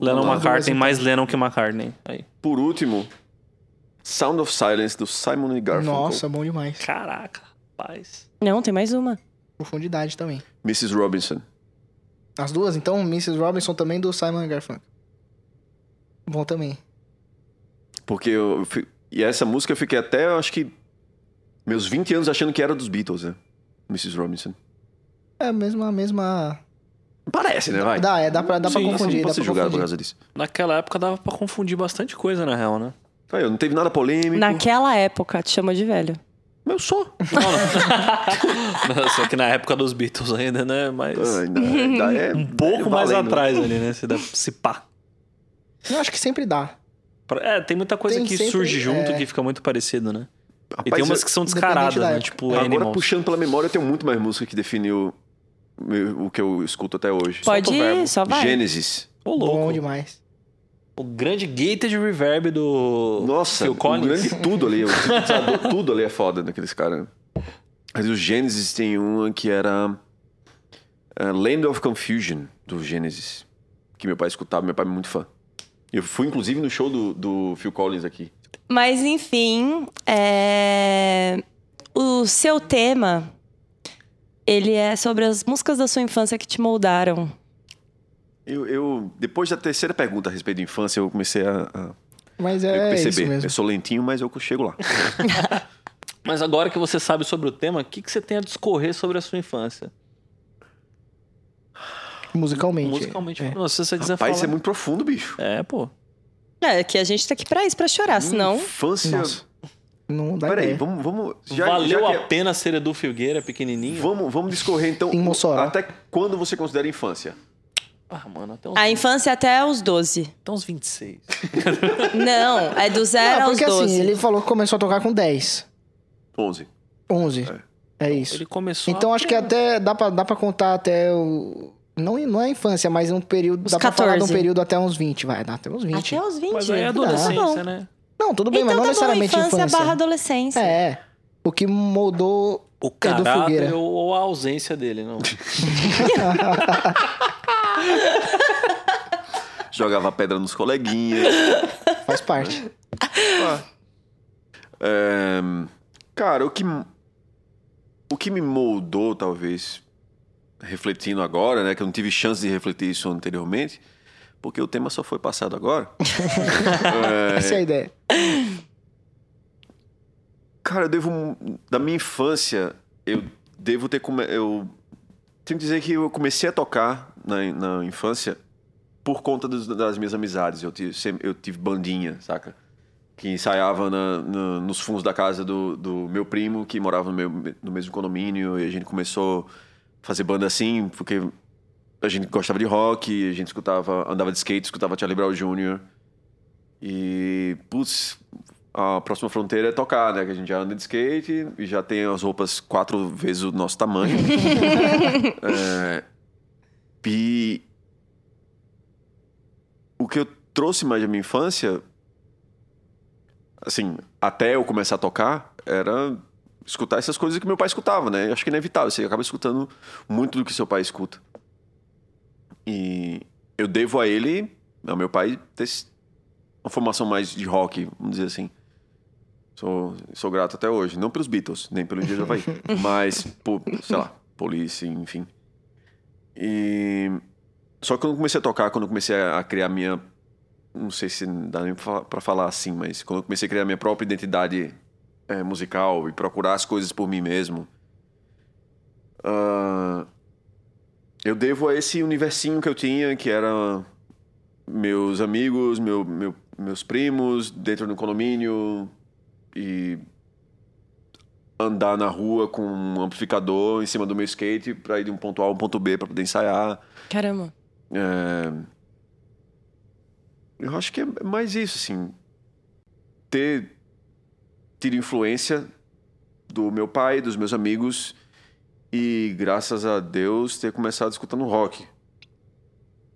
[SPEAKER 5] Lennon
[SPEAKER 4] Vamos lá.
[SPEAKER 5] McCartney, mais Lennon que McCartney. Aí.
[SPEAKER 4] Por último, Sound of Silence do Simon e Garfunkel.
[SPEAKER 3] Nossa, bom demais.
[SPEAKER 5] Caraca, rapaz.
[SPEAKER 1] Não, tem mais uma.
[SPEAKER 3] Profundidade também.
[SPEAKER 4] Mrs. Robinson.
[SPEAKER 3] As duas, então, Mrs. Robinson também do Simon Garfunkel. Bom também.
[SPEAKER 4] Porque eu. fi- E essa música eu fiquei até, eu acho que. Meus 20 anos achando que era dos Beatles, né? Mrs. Robinson.
[SPEAKER 3] É a mesma, a mesma.
[SPEAKER 4] Parece, né? Vai.
[SPEAKER 3] Dá, é, dá pra, dá
[SPEAKER 5] Sim,
[SPEAKER 3] pra
[SPEAKER 4] Nossa,
[SPEAKER 3] confundir.
[SPEAKER 4] não
[SPEAKER 3] Dá
[SPEAKER 4] posso
[SPEAKER 3] pra
[SPEAKER 4] ser julgado por
[SPEAKER 3] confundir.
[SPEAKER 4] causa disso.
[SPEAKER 5] Naquela época dava pra confundir bastante coisa, na real, né?
[SPEAKER 4] Aí, eu não teve nada polêmico.
[SPEAKER 1] Naquela época, te chamou de velho.
[SPEAKER 4] Mas eu sou.
[SPEAKER 5] Não, não. Só que na época dos Beatles ainda, né? Mas
[SPEAKER 4] Ah, ainda- ainda é
[SPEAKER 5] um pouco mais
[SPEAKER 4] valendo.
[SPEAKER 5] atrás ali, né? Se, dá, se pá.
[SPEAKER 3] Eu acho que sempre dá.
[SPEAKER 5] Pra- É, tem muita coisa
[SPEAKER 3] Tem
[SPEAKER 5] que
[SPEAKER 3] sempre-
[SPEAKER 5] surge junto
[SPEAKER 3] é.
[SPEAKER 5] que fica muito parecido, né? E
[SPEAKER 4] Rapaz,
[SPEAKER 5] tem umas
[SPEAKER 4] eu-
[SPEAKER 5] que são
[SPEAKER 3] dependente da
[SPEAKER 5] descaradas, né?
[SPEAKER 3] época.
[SPEAKER 5] Tipo,
[SPEAKER 4] Agora,
[SPEAKER 5] Animals.
[SPEAKER 4] puxando pela memória, eu tenho muito mais música que definiu meu- o que eu escuto até hoje.
[SPEAKER 1] Pode
[SPEAKER 5] o verbo.
[SPEAKER 1] ir, só vai.
[SPEAKER 4] Gênesis.
[SPEAKER 5] Ô,
[SPEAKER 3] Bom
[SPEAKER 5] louco.
[SPEAKER 3] demais.
[SPEAKER 5] O grande gated reverb do
[SPEAKER 4] Nossa,
[SPEAKER 5] Phil
[SPEAKER 4] o grande
[SPEAKER 5] Collins.
[SPEAKER 4] tudo ali, o sintetizador, tudo ali é foda naqueles caras. Mas o Gênesis tem uma que era é, Land of Confusion, do Gênesis. Que meu pai escutava, meu pai é muito fã. Eu fui, inclusive, no show do, do Phil Collins aqui.
[SPEAKER 1] Mas enfim, é, o seu tema, ele é sobre as músicas da sua infância que te moldaram.
[SPEAKER 4] Eu, eu- depois da terceira pergunta a respeito da infância, eu comecei a, a
[SPEAKER 3] Mas
[SPEAKER 4] Eu
[SPEAKER 3] é, isso
[SPEAKER 4] perceber.
[SPEAKER 3] mesmo.
[SPEAKER 4] Eu sou lentinho, mas eu chego lá.
[SPEAKER 5] Mas agora que você sabe sobre o tema, o que, que você tem a discorrer sobre a sua infância?
[SPEAKER 3] Musicalmente.
[SPEAKER 5] Musicalmente.
[SPEAKER 3] É.
[SPEAKER 5] Não, se você quiser
[SPEAKER 4] Rapaz, isso é
[SPEAKER 5] falar.
[SPEAKER 4] muito profundo, bicho.
[SPEAKER 5] É, pô.
[SPEAKER 1] É, que a gente tá aqui pra isso, pra
[SPEAKER 3] Hum.
[SPEAKER 1] chorar, senão.
[SPEAKER 4] Infância.
[SPEAKER 3] Nossa. Não dá
[SPEAKER 4] Peraí,
[SPEAKER 3] ideia.
[SPEAKER 4] vamos. vamos já,
[SPEAKER 5] Valeu
[SPEAKER 4] já que- é
[SPEAKER 5] a pena ser Edu Filgueira, pequenininho?
[SPEAKER 4] Vamos, vamos discorrer então.
[SPEAKER 3] Em Mossoró.
[SPEAKER 4] Até quando você considera infância?
[SPEAKER 5] Ah, mano, até uns,
[SPEAKER 1] A infância é até os 12.
[SPEAKER 5] até uns 26.
[SPEAKER 1] Não, é do zero
[SPEAKER 3] Não,
[SPEAKER 1] aos
[SPEAKER 3] porque
[SPEAKER 1] 12.
[SPEAKER 3] assim, ele falou que começou a tocar com 10,
[SPEAKER 4] 11.
[SPEAKER 3] 11. É, isso.
[SPEAKER 5] Ele começou.
[SPEAKER 3] Então
[SPEAKER 5] a-
[SPEAKER 3] acho que até dá pra, dá pra contar até o. Não, não é a infância, mas um período.
[SPEAKER 1] Os
[SPEAKER 3] dá pra falar de um
[SPEAKER 1] 14.
[SPEAKER 3] período até uns 20, vai. Dá até uns 20.
[SPEAKER 1] Até os 20.
[SPEAKER 5] Mas aí é
[SPEAKER 1] Tá
[SPEAKER 5] adolescência,
[SPEAKER 1] bom.
[SPEAKER 5] né?
[SPEAKER 3] Não, tudo bem,
[SPEAKER 1] Então
[SPEAKER 3] mas não
[SPEAKER 1] tá bom,
[SPEAKER 3] necessariamente
[SPEAKER 1] infância,
[SPEAKER 3] infância.
[SPEAKER 1] barra adolescência.
[SPEAKER 3] É. O que moldou.
[SPEAKER 5] O
[SPEAKER 3] Filgueira.
[SPEAKER 5] caráter ou, ou a ausência dele, não.
[SPEAKER 4] Jogava pedra nos coleguinhas.
[SPEAKER 3] Faz parte.
[SPEAKER 4] É, cara, o que, o que me moldou, talvez, refletindo agora, né? Que eu não tive chance de refletir isso anteriormente, porque o tema só foi passado agora.
[SPEAKER 3] Essa é a ideia.
[SPEAKER 4] Cara, eu devo. um, Da minha infância, eu devo ter. Come... Eu tenho que dizer que eu comecei a tocar na, na infância por conta dos- das minhas amizades. Eu tive, sem- eu tive bandinha, saca? Que ensaiava na- na- nos fundos da casa do, do meu primo, que morava no, meu- no mesmo condomínio, e a gente começou a fazer banda assim, porque a gente gostava de rock, a gente escutava, andava de skate, escutava Charlie Brown Jr. E, putz, a próxima fronteira é tocar, né? Que a gente já anda de skate e já tem as roupas quatro vezes o nosso tamanho. é, e o que eu trouxe mais da minha infância, assim, até eu começar a tocar, era escutar essas coisas que meu pai escutava, né? Eu Acho que é inevitável, você acaba escutando muito do que seu pai escuta. E eu devo a ele, ao meu pai, ter uma formação mais de rock, vamos dizer assim. Sou, sou grato até hoje. Não pelos Beatles, nem pelo Dia do Havaí. mas, por, sei lá, polícia, enfim. E... Só que quando eu comecei a tocar, quando eu comecei a criar minha... Não sei se dá nem pra pra falar assim, mas quando eu comecei a criar minha própria identidade eh, musical e procurar as coisas por mim mesmo, ah, eu devo a esse universinho que eu tinha, que era meus amigos, meu, meu- meus primos dentro do condomínio e andar na rua com um amplificador em cima do meu skate pra ir de um ponto A a um ponto B pra poder ensaiar.
[SPEAKER 1] Caramba.
[SPEAKER 4] É, Eu acho que é mais isso, assim. Ter tido influência do meu pai, dos meus amigos e, graças a Deus, ter começado escutando rock.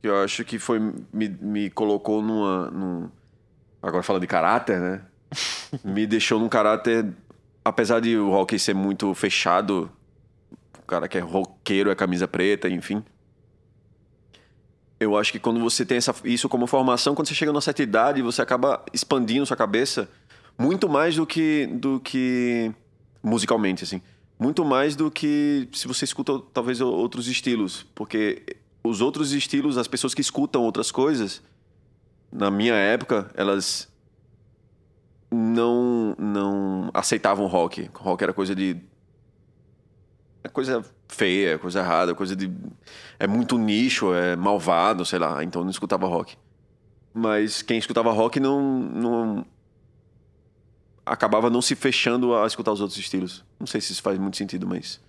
[SPEAKER 4] Eu acho que foi... Me, me colocou numa... num- Agora fala de caráter, né? me deixou num caráter... Apesar de o rock ser muito fechado, o cara que é roqueiro é camisa preta, enfim... Eu acho que quando você tem essa- isso como formação, quando você chega numa certa idade, você acaba expandindo sua cabeça muito mais do que, do que musicalmente, assim. Muito mais do que se você escuta talvez o- outros estilos. Porque os outros estilos, as pessoas que escutam outras coisas, na minha época, elas não, não aceitavam rock. Rock era coisa de. é coisa feia, coisa errada, coisa de é muito nicho, é malvado, sei lá, então eu não escutava rock. Mas quem escutava rock não, não- acabava não se fechando a escutar os outros estilos. Não sei se isso faz muito sentido, mas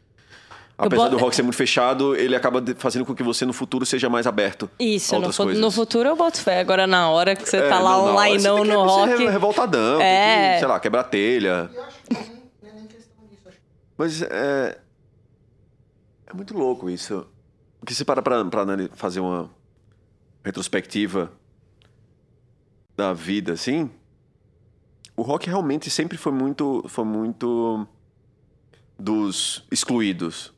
[SPEAKER 1] Eu
[SPEAKER 4] apesar
[SPEAKER 1] boto-
[SPEAKER 4] do rock ser muito fechado, ele acaba de- fazendo com que você no futuro seja mais aberto.
[SPEAKER 1] Isso, no,
[SPEAKER 4] Outras
[SPEAKER 1] fu-
[SPEAKER 4] coisas.
[SPEAKER 1] no futuro eu boto fé. Agora, na hora que você
[SPEAKER 3] É,
[SPEAKER 4] É,
[SPEAKER 1] tá lá
[SPEAKER 4] na hora
[SPEAKER 1] online,
[SPEAKER 4] você
[SPEAKER 1] não
[SPEAKER 4] tem que
[SPEAKER 1] no
[SPEAKER 4] ser
[SPEAKER 1] rock.
[SPEAKER 4] re- revoltadão, é.
[SPEAKER 1] É.
[SPEAKER 4] sei lá, quebrar telha. Mas é. É muito louco isso. Porque se para pra, pra anali- fazer uma retrospectiva da vida, assim. O rock realmente sempre foi muito. Foi muito. Dos excluídos.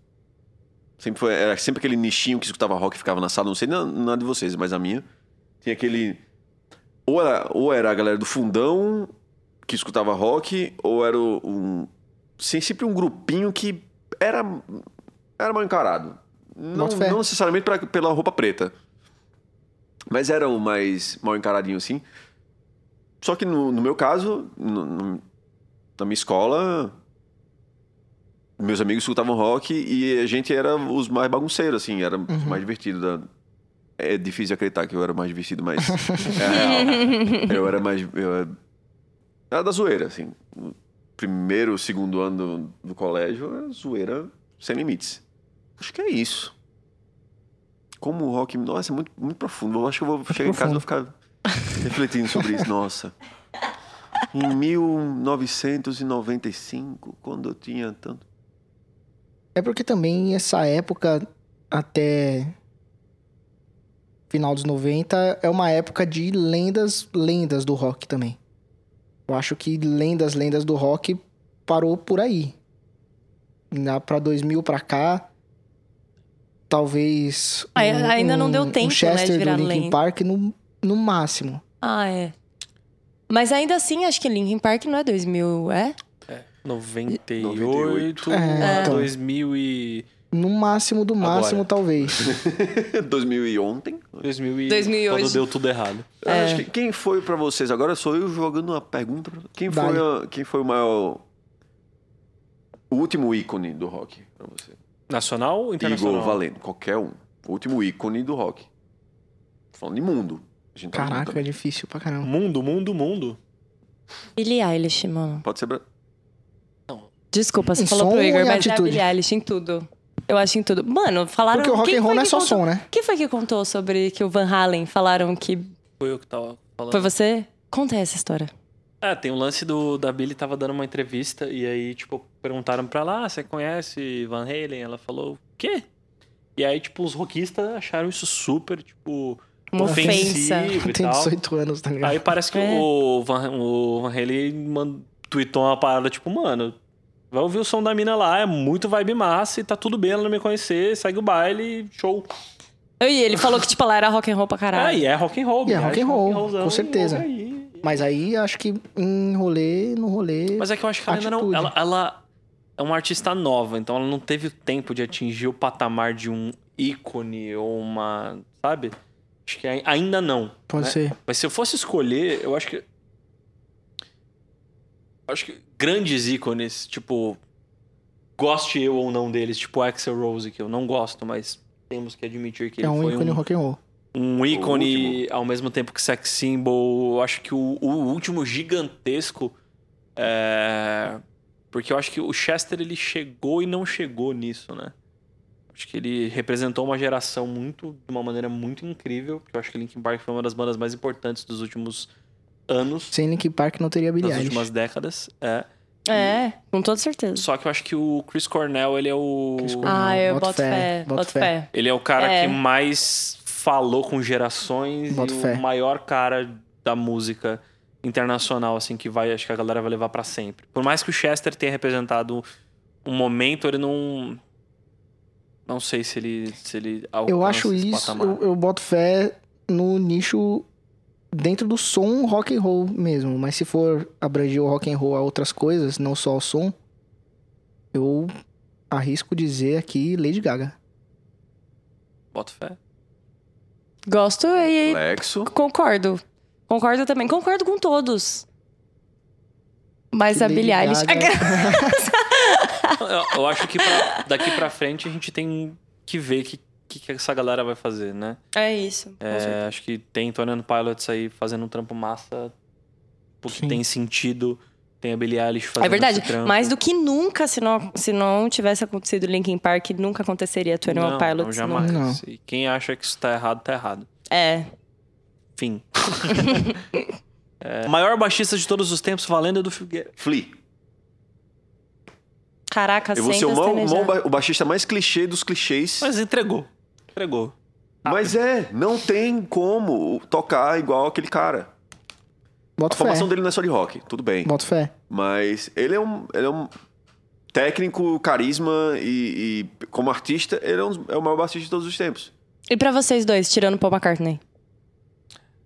[SPEAKER 4] Sempre foi, era sempre aquele nichinho que escutava rock e ficava na sala, não sei na, na de vocês, mas a minha. Tinha aquele. Ou era, ou era a galera do fundão que escutava rock, ou era o- um. Sim, sempre um grupinho que era. Era mal encarado. Não,
[SPEAKER 3] Boto fé.
[SPEAKER 4] não necessariamente pra- pela roupa preta. Mas era o mais mal encaradinho assim. Só que no, no meu caso, no- no- na minha escola, meus amigos escutavam rock e a gente era os mais bagunceiros, assim, era os mais divertidos. da- É difícil acreditar que eu era o mais divertido, mas é real. Eu era mais. Eu era... era da zoeira, assim. No Primeiro, segundo ano do, do colégio, era zoeira sem limites. Acho que é isso. Como o rock. Nossa, é muito, muito profundo. Eu acho que eu vou chegar em casa e vou ficar refletindo sobre isso. Nossa. Em 1995, quando eu tinha tanto.
[SPEAKER 3] É porque também essa época até final dos 90 é uma época de lendas, lendas do rock também. Eu acho que lendas, lendas do rock parou por aí. Lá pra 2000 pra cá, talvez
[SPEAKER 1] Ai- Ah, é, ainda não deu tempo,
[SPEAKER 3] um
[SPEAKER 1] né, de
[SPEAKER 3] Chester
[SPEAKER 1] virar
[SPEAKER 3] do Linkin
[SPEAKER 1] lenda.
[SPEAKER 3] Park no, no máximo.
[SPEAKER 1] Ah, é. Mas ainda assim, acho que Linkin Park não é 2000, é?
[SPEAKER 2] 98,
[SPEAKER 4] 98,
[SPEAKER 3] É, então.
[SPEAKER 2] 2000 e...
[SPEAKER 3] No máximo do
[SPEAKER 2] Agora.
[SPEAKER 3] máximo, talvez.
[SPEAKER 4] 2000 e ontem.
[SPEAKER 2] 2000 e...
[SPEAKER 1] 2008.
[SPEAKER 2] Quando deu tudo errado.
[SPEAKER 4] Eu Ah, acho
[SPEAKER 3] É.
[SPEAKER 4] que quem foi pra vocês? Agora sou eu jogando uma pergunta pra quem
[SPEAKER 3] Vale.
[SPEAKER 4] foi a- Quem foi o maior. O último ícone do rock pra você?
[SPEAKER 2] Nacional ou internacional?
[SPEAKER 4] Igor Valendo, qualquer um. O último ícone do rock. Tô Falando de mundo. A gente tá
[SPEAKER 3] Caraca, é
[SPEAKER 4] perguntando.
[SPEAKER 3] difícil pra caramba.
[SPEAKER 2] Mundo, mundo, mundo.
[SPEAKER 1] Billie Eilish, mano.
[SPEAKER 4] Pode ser. Bra...
[SPEAKER 1] Desculpa, você
[SPEAKER 3] Em
[SPEAKER 1] falou
[SPEAKER 3] Um som
[SPEAKER 1] pro Igor,
[SPEAKER 3] ou em
[SPEAKER 1] mas é a
[SPEAKER 3] atitude?
[SPEAKER 1] Billie Eilish em tudo. Eu acho em tudo. Mano, falaram...
[SPEAKER 3] Porque o rock
[SPEAKER 1] quem
[SPEAKER 3] and roll
[SPEAKER 1] foi
[SPEAKER 3] não é
[SPEAKER 1] que
[SPEAKER 3] só
[SPEAKER 1] contou-
[SPEAKER 3] som, né?
[SPEAKER 1] Quem foi que contou sobre que o Van Halen falaram que...
[SPEAKER 5] Foi eu que tava falando.
[SPEAKER 1] Foi você? Conta essa história.
[SPEAKER 5] É, tem um lance do da Billy tava dando uma entrevista e aí, tipo, perguntaram pra ela, ah, você conhece Van Halen? Ela falou, o quê? E aí, tipo, os rockistas acharam isso super, tipo,
[SPEAKER 1] Uma ofensa.
[SPEAKER 5] ofensivo e
[SPEAKER 3] Tem
[SPEAKER 5] tal.
[SPEAKER 3] 18 anos, tá ligado?
[SPEAKER 5] Aí parece que
[SPEAKER 1] É.
[SPEAKER 5] o, Van, o Van Halen man- tweetou uma parada, tipo, mano, vai ouvir o som da mina lá, é muito vibe massa e tá tudo bem ela não me conhecer, segue o baile, show.
[SPEAKER 1] E ele falou que, tipo, lá era rock and roll pra
[SPEAKER 5] Ah,
[SPEAKER 1] caralho.
[SPEAKER 5] e é rock and roll,
[SPEAKER 3] E é
[SPEAKER 5] Billie
[SPEAKER 3] rock
[SPEAKER 5] Eilish,
[SPEAKER 3] and roll,
[SPEAKER 5] rollzão,
[SPEAKER 3] com certeza.
[SPEAKER 5] ouve aí.
[SPEAKER 3] Mas aí acho que em rolê, no rolê.
[SPEAKER 5] Mas é que eu acho que ela ainda não.
[SPEAKER 3] Atitude.
[SPEAKER 5] Ela, ela é uma artista nova, então ela não teve o tempo de atingir o patamar de um ícone ou uma. Sabe? Acho que ai- ainda não.
[SPEAKER 3] pode
[SPEAKER 5] né?
[SPEAKER 3] ser.
[SPEAKER 5] Mas se eu fosse escolher, eu acho que. Acho que grandes ícones, tipo. Goste eu ou não deles, tipo Axel Rose, que eu não gosto, mas temos que admitir que
[SPEAKER 3] É
[SPEAKER 5] ele
[SPEAKER 3] um
[SPEAKER 5] foi
[SPEAKER 3] ícone
[SPEAKER 5] um,
[SPEAKER 3] rock and roll.
[SPEAKER 5] um ícone ao mesmo tempo que sex symbol. Eu acho que o, o último gigantesco é. Porque eu acho que o Chester ele chegou e não chegou nisso, né? Acho que ele representou uma geração muito, de uma maneira muito incrível. Porque eu acho que Linkin Park foi uma das bandas mais importantes dos últimos anos,
[SPEAKER 3] Sem Linkin Park não teria Billie
[SPEAKER 5] das
[SPEAKER 3] Eilish.
[SPEAKER 5] últimas décadas. É.
[SPEAKER 1] É, com toda certeza.
[SPEAKER 5] Só que eu acho que o Chris Cornell ele é o
[SPEAKER 3] Chris Cornell.
[SPEAKER 1] Ah, eu
[SPEAKER 3] Boto
[SPEAKER 1] boto
[SPEAKER 3] fé,
[SPEAKER 1] fé,
[SPEAKER 3] boto
[SPEAKER 1] boto
[SPEAKER 3] fé.
[SPEAKER 1] fé.
[SPEAKER 5] Ele é o cara
[SPEAKER 1] É.
[SPEAKER 5] que mais falou com gerações
[SPEAKER 3] Boto
[SPEAKER 5] e
[SPEAKER 3] fé.
[SPEAKER 5] o maior cara da música internacional, assim, que vai, acho que a galera vai levar pra sempre. Por mais que o Chester tenha representado um momento, ele não. Não sei se ele. Se ele
[SPEAKER 3] Eu
[SPEAKER 5] alcança
[SPEAKER 3] acho
[SPEAKER 5] esse
[SPEAKER 3] isso,
[SPEAKER 5] patamar.
[SPEAKER 3] eu, eu boto fé no nicho dentro do som rock and roll mesmo. Mas se for abranger o rock and roll a outras coisas, não só o som, eu arrisco dizer aqui Lady Gaga.
[SPEAKER 5] Boto fé.
[SPEAKER 1] Gosto e
[SPEAKER 4] Lexo.
[SPEAKER 1] concordo. Concordo também. Concordo com todos. Mas a
[SPEAKER 3] Lady
[SPEAKER 1] Billie Eilish...
[SPEAKER 3] Gaga.
[SPEAKER 5] Eu, eu acho que pra- daqui pra frente a gente tem que ver o que, que, que essa galera vai fazer, né?
[SPEAKER 1] É isso. com certeza.
[SPEAKER 5] É, acho que tem Tony and Pilots aí fazendo um trampo massa, porque
[SPEAKER 3] Sim.
[SPEAKER 5] tem sentido. Tem a Billie Eilish fazendo
[SPEAKER 1] É verdade.
[SPEAKER 5] esse trampo.
[SPEAKER 1] Mais do que nunca, se não, se não tivesse acontecido Linkin Park, nunca aconteceria Tony One
[SPEAKER 5] não,
[SPEAKER 1] Pilots.
[SPEAKER 5] Não, jamais.
[SPEAKER 3] Não.
[SPEAKER 5] E quem acha que isso tá errado, tá errado.
[SPEAKER 1] É.
[SPEAKER 5] Fim. É, maior baixista de todos os tempos, valendo é do Figueiredo.
[SPEAKER 4] Flea.
[SPEAKER 1] Caraca,
[SPEAKER 4] Eu vou ser o,
[SPEAKER 1] senta,
[SPEAKER 4] maior-
[SPEAKER 1] senta já.
[SPEAKER 4] maior ba- o baixista mais clichê dos clichês.
[SPEAKER 3] é.
[SPEAKER 4] Mas,
[SPEAKER 5] Mas entregou. Entregou.
[SPEAKER 4] é, não tem como tocar igual aquele cara. A
[SPEAKER 3] Boto fé.
[SPEAKER 4] formação dele não é só de rock, tudo bem.
[SPEAKER 3] Boto fé.
[SPEAKER 4] Mas ele é um, ele é um técnico, carisma e, e como artista, ele é, um, dos- é o maior baixista de todos os tempos.
[SPEAKER 1] E pra vocês dois, tirando Paul McCartney?